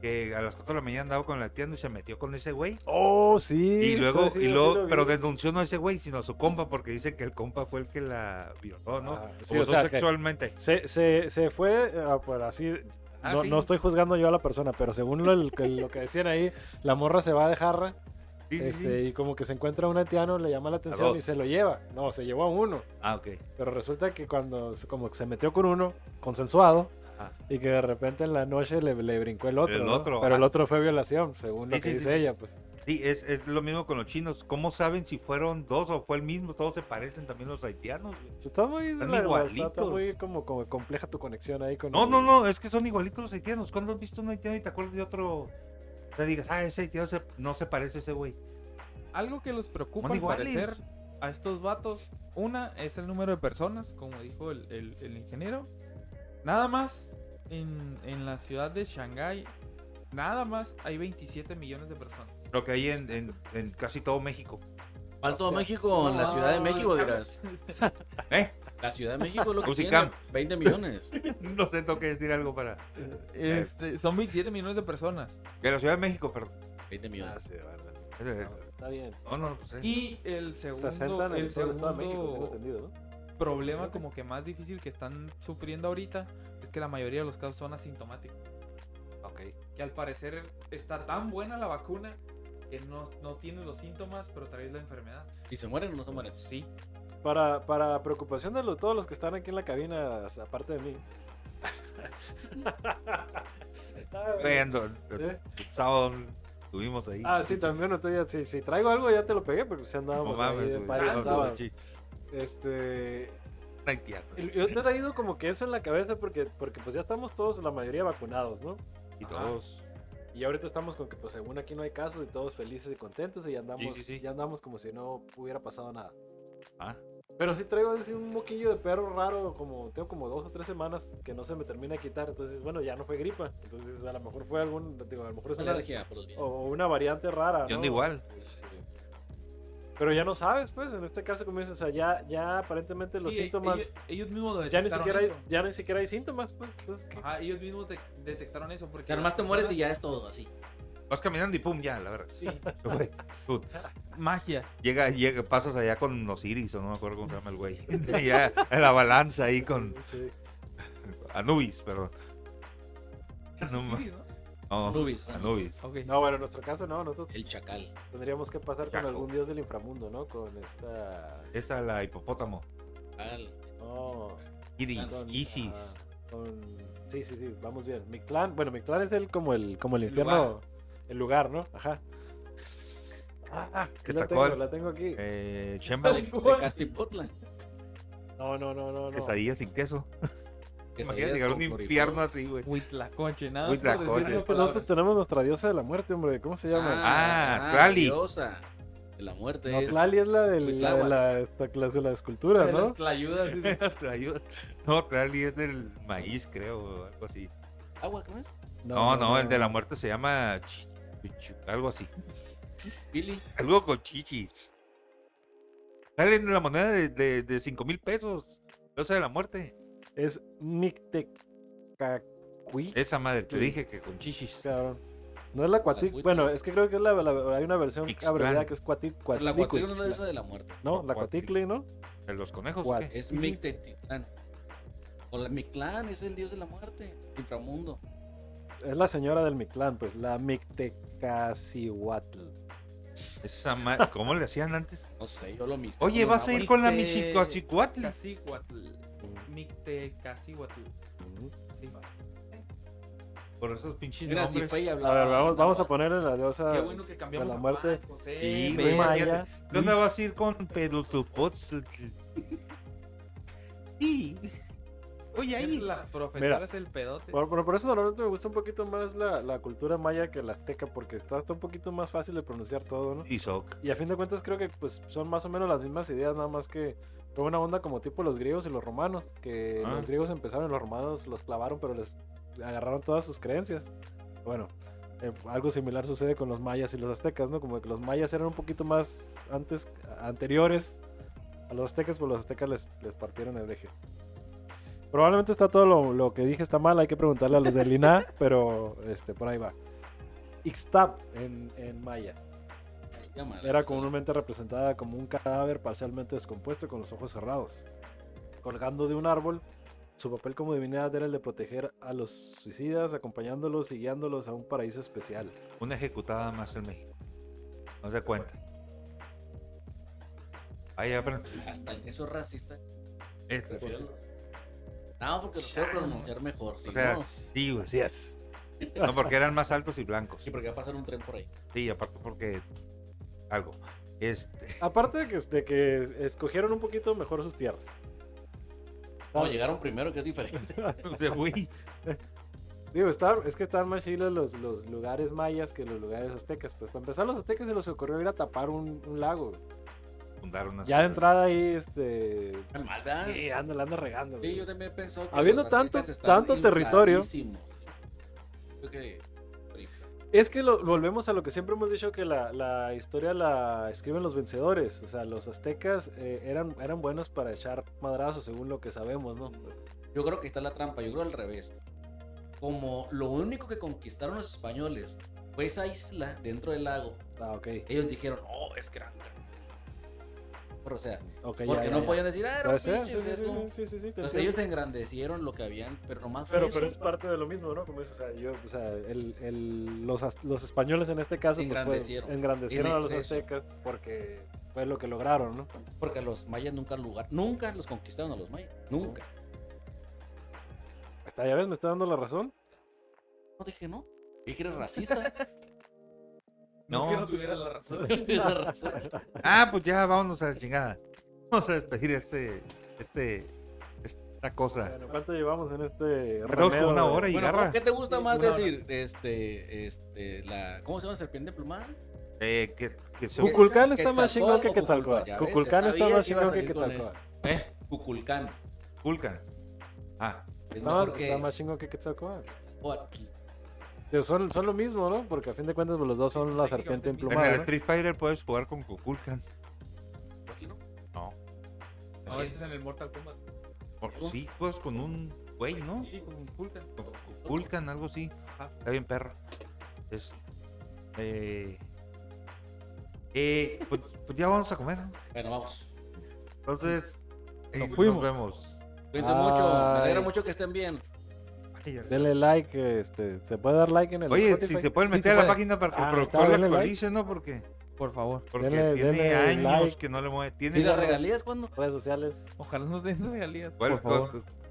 Que a las 4 de la mañana andaba con el haitiano y se metió con ese güey.
Oh, sí.
Y
sí,
luego,
sí,
y
sí
luego
lo vi.
pero denunció no a ese güey, sino a su compa, porque dice que el compa fue el que la violó, ¿no?
Ah, sí,
o
o sea, que-
sexualmente.
Se, se, se fue, ah, por así.
Ah,
no,
sí.
no estoy juzgando yo a la persona, pero según lo, el- que- lo que decían ahí, la morra se va de jarra
Sí, sí, sí.
este, y como que se encuentra un haitiano, le llama la atención y
dos.
se lo lleva. No, se llevó a uno.
Ah, ok.
Pero resulta que cuando se- como que se metió con uno, consensuado,
Ah.
y que de repente en la noche le, le brincó el otro.
El
¿no?
otro,
Pero el
ah.
otro fue violación, según lo
Sí,
que
sí, sí,
dice
sí,
ella.
sí.
Pues.
Sí, es, es lo mismo con los chinos. ¿Cómo saben si fueron dos o fue el mismo? Todos se parecen también los haitianos. güey.
Está muy,
Están
la verdad, está- está
igualitos.
muy como, como compleja tu conexión ahí con.
No,
el-
no, no, es que son igualitos los haitianos. ¿Cuándo has visto un haitiano y te acuerdas de otro? Te digas, ah, ese haitiano se- no se parece a ese güey.
Algo que los preocupa
Son
al parecer
iguales.
a estos vatos, una es el número de personas, como dijo el, el- el ingeniero. Nada más en, en la ciudad de Shanghái, nada más hay 27 millones de personas.
Lo que hay en, en- en casi todo México. <laughs>
Falta
O sea,
México, en la Ciudad de México, dirás.
¿Eh?
La Ciudad de México es lo que tiene,
Cusicam.
20 millones.
No sé, tengo que decir algo para.
Eh,
Este, son 27 millones de personas.
De la Ciudad de México, perdón.
20
Ah,
millones.
sí, de verdad.
Eh,
No, está bien.
No, no, pues, eh.
Y el
Se
segundo,
asentan en
el
el solo estado de México, tengo
segundo
entendido, ¿no?
problema como que más difícil que están sufriendo ahorita es que la mayoría de los casos son asintomáticos.
Ok.
Que al parecer está tan buena la vacuna que no, no tienes los síntomas, pero traes la enfermedad.
¿Y se mueren o no se mueren?
Sí.
Para, para preocupación de lo- todos los que están aquí en la cabina, as- aparte de
<laughs>
mí. Ah,
Bueno,
¿Eh?
el sábado estuvimos ahí.
Ah, sí, también no estoy- Si, si traigo algo ya te lo pegué, porque se
No
andábamos ahí
mames,
de
güey.
party el
No, no,
sábado.
chi-
Este,
un haitiano.
el- yo te he traído como que eso en la cabeza porque, porque pues ya estamos todos, la mayoría vacunados, ¿no?
Y
Ajá.
todos.
Y ahorita estamos con que pues según aquí no hay casos y todos felices y contentos y ya andamos,
sí, sí.
Ya andamos como si no hubiera pasado nada.
Ah,
Pero sí traigo así un moquillo de perro raro, como tengo como dos o tres semanas que no se me termina de quitar, entonces bueno, ya no fue gripa, entonces a lo mejor fue algún, digo, a lo mejor es
Es
Pues una, Oh.
alergia por los bienes.
o una variante rara.
yo
Ah, ¿no?
ando igual.
Este, Pero ya no sabes, pues, en este caso como dices, o sea, ya, ya aparentemente los
Sí, e-
síntomas,
Ellos, ellos mismos lo
ya,
detectaron.
ni siquiera hay,
eso.
ya ni siquiera hay síntomas, pues, entonces ¿qué?
Ajá, ellos mismos de- detectaron eso. Porque
Que además te mueres y ya es todo así.
Vas caminando y pum, ya, la
<laughs>
verdad.
Sí,
Güey, pum.
<laughs>
magia.
Llega, llega, pasas allá con Osiris o no me acuerdo cómo se llama el güey. <laughs> ya, en la balanza ahí con
Sí.
Anubis, perdón. No,
Sí,
ma-
sí, ¿no?
no,
Anubis.
Anubis.
Ok.
No, bueno, en nuestro caso no, nosotros
El chacal.
tendríamos que pasar con
Chaco.
algún dios del inframundo, ¿no? Con esta...
Esa la hipopótamo.
Chacal.
No.
Iris,
Con-
Isis.
ah, con- Sí, sí, sí, vamos bien. Mi clan, bueno, mi clan es el como el como el infierno, el lugar, ¿no? Ajá. Ah, ah, aquí la tengo,
Quetzalcóatl.
la tengo aquí.
Eh, Chemba,
De Castipotla.
No, no, no, no, no.
quesadilla sin queso.
Que
Imagínate
salías
llegar a
con
un
clorifol.
infierno así, güey. <laughs>
Huitlacoche, nada. más
Huitlacoche.
por
Creo
decir la
que nosotros
palabra.
tenemos nuestra diosa de la muerte, hombre. ¿Cómo se llama?
Ah,
ah,
Tlali.
diosa De la muerte
no,
es.
Tlali es la, del, la de
Cuitláhuac.
la, esta clase de la escultura, ¿no?
La ayuda. sí, sí.
Traído- no, Trali es del maíz, creo, o algo así.
Agua, ¿cómo es?
No, no, el de la muerte se llama chi- chu- algo así.
Pili.
Algo con chichis. Sale en la moneda de, de, de 5 mil pesos. Diosa de la muerte.
Es Mictecacui.
Esa madre, te
Sí.
dije que con chichis.
Cabrón. No es la
cuitla.
cuatic. Bueno, es que creo que es la, la- hay una versión
Mixtlán.
abreviada que es cuatic.
Pero La
cuatlicui.
guatica no es la diosa de la muerte.
No, la
Cuatli.
cuaticli, ¿no?
¿De los conejos o
Cuat-
qué?
Es Mictetitlán. O la Mictlán es el dios de la muerte. Inframundo.
Es la señora del Mictlán, pues, la Mictecacihuatl.
Esa ma- ¿Cómo le hacían antes?
No sé, yo lo mismo.
Oye, vas a ir con la
Este-
Michicoachicuatl.
<laughs> Casihuatl. Micte Casihuatl. Sí.
Por esos pinches
Era así,
nombres.
fue y
A
hablaba.
ver, vamos, vamos a ponerle la diosa
Qué bueno que cambiamos
de la
a
muerte.
Juan, José,
Sí,
Mel.
güey,
Rey Maya.
¿Qué onda vas a ir con Peluzupotzl? Sí. Oye, ahí.
Las profesoras el pedote.
Por, por- por eso normalmente me gusta un poquito más la, la cultura maya que la azteca, porque está, está un poquito más fácil de pronunciar todo, ¿no?
Y Soc.
Y a fin de cuentas creo que pues son más o menos las mismas ideas, nada más que fue una onda como tipo los griegos y los romanos, que
Ah.
los griegos empezaron y los romanos los clavaron, pero les agarraron todas sus creencias. Bueno, eh, algo similar sucede con los mayas y los aztecas, ¿no? Como que los mayas eran un poquito más antes, anteriores a los aztecas, pero los aztecas les, les partieron el eje. Probablemente está todo lo, lo que dije está mal, hay que preguntarle a los del INAH, pero este, por ahí va. Ixtap en, en maya. Era comúnmente representada como un cadáver parcialmente descompuesto con los ojos cerrados. Colgando de un árbol, su papel como divinidad era el de proteger a los suicidas, acompañándolos y guiándolos a un paraíso especial.
Una ejecutada más en México. No se cuenta. Ahí aprende.
Hasta eso es racista.
Este,
Prefiero. No, porque lo quiero pronunciar mejor. Si
O sea,
no,
sí, güey.
Así es.
No, porque eran más altos y blancos.
sí, porque va a pasar un tren por ahí.
Sí, aparte porque. Algo. Este. <laughs>
Aparte de que, de que escogieron un poquito mejor sus tierras.
No, llegaron primero, que es diferente.
O sea, güey.
Digo, está- es que están más chiles los, los lugares mayas que los lugares aztecas. Pues para empezar, los aztecas se les ocurrió ir a tapar un, un lago.
Fundaron una
Ya de
ciudad.
entrada ahí, este...
Tan mal, ¿verdad?
Sí, anda, la anda regando.
Ah. Sí,
güey.
yo también he pensado que
Habiendo
los aztecas
tanto-
están
tanto territorio.
infladísimos. Creo que-
Es que lo- volvemos a lo que siempre hemos dicho que la, la historia la escriben los vencedores. O sea, los aztecas eh, eran, eran buenos para echar madrazos, según lo que sabemos, ¿no?
Yo creo que está la trampa, yo creo al revés. Como lo único que conquistaron los españoles fue esa isla dentro del lago,
Ah, ok.
ellos dijeron, oh, es que eran grandes". Pero o sea,
Ok, ya,
porque
ya,
no
ya.
podían decir, ah, era
Puede
un
ser,
pinche", o sea,
sí,
es
sí,
como-
sí, sí, sí, sí, te
Entonces
entiendo.
ellos engrandecieron lo que habían, pero nomás fue
Pero,
eso.
pero es parte de lo mismo, ¿no? Como eso, o sea, yo, o sea, el, el- los, az- los españoles en este caso pues, fue-
Engrandecieron.
engrandecieron
En
a los
exceso.
aztecas porque fue lo que lograron, ¿no?
Porque los mayas nunca lugar, nunca los conquistaron a los mayas, nunca.
Hasta ya ves, me está dando la
<laughs>
razón.
No dije no. Dije eres
<laughs>
racista.
No, que no
No.
tuviera la razón.
Tienes razón.
Ah, pues ya vámonos a la chingada. Vamos a despedir este. Este. Esta cosa.
<laughs> Bueno, ¿cuánto llevamos en este
Tenemos como
remedo
una
de-
hora y
Bueno,
garra.
¿qué te gusta
<laughs> Sí,
más
una hora.
decir? Este, este, la. ¿Cómo se llama serpiente plumada?
Eh, que, que se-
Cuculcán está más chingón
Quetzalcóatl
que
o
Quetzalcóatl.
Cuculcán, ya ves,
Cuculcán
ya
está
sabía
más
que iba a
chingón que
salir con
Quetzalcóatl.
¿Eh? Cuculcán.
Culcan. Ah,
Es
No,
mejor
pues,
que
está más chingón que Quetzalcóatl.
Coatl.
Digo, son, son lo mismo, ¿no? Porque a fin de cuentas pues, los dos son la serpiente
prácticamente
en
emplumada.
el
¿no?
Street Fighter puedes jugar con Cuculcan.
Coatl, ¿no?
No, ese es en el Mortal Kombat.
Por- Sí, juegas con un güey, ¿no?
Sí, con Kulkan.
Con Cuculcan, algo así.
Ajá.
Está bien, perro. Es, eh, eh, pues, pues ya vamos a comer. ¿no?
Bueno, vamos.
Entonces, eh,
Nos
nos,
fuimos.
vemos.
Cuídense mucho. Me alegra
Ay.
mucho que estén bien.
Ay, ya.
Denle like, este, se puede dar like en el
Oye,
Spotify?
si se pueden
Sí,
meter a la
puede.
página para que
Ah,
el productor
está,
la
denle
actualice, ¿no? Porque,
Por favor.
porque
Denle-
tiene
denle
años
like.
que no le mueve. Tiene
¿Y las
la-
regalías cuándo?
redes sociales.
Ojalá nos den regalías.
¿Cuál-
por favor.
cuál-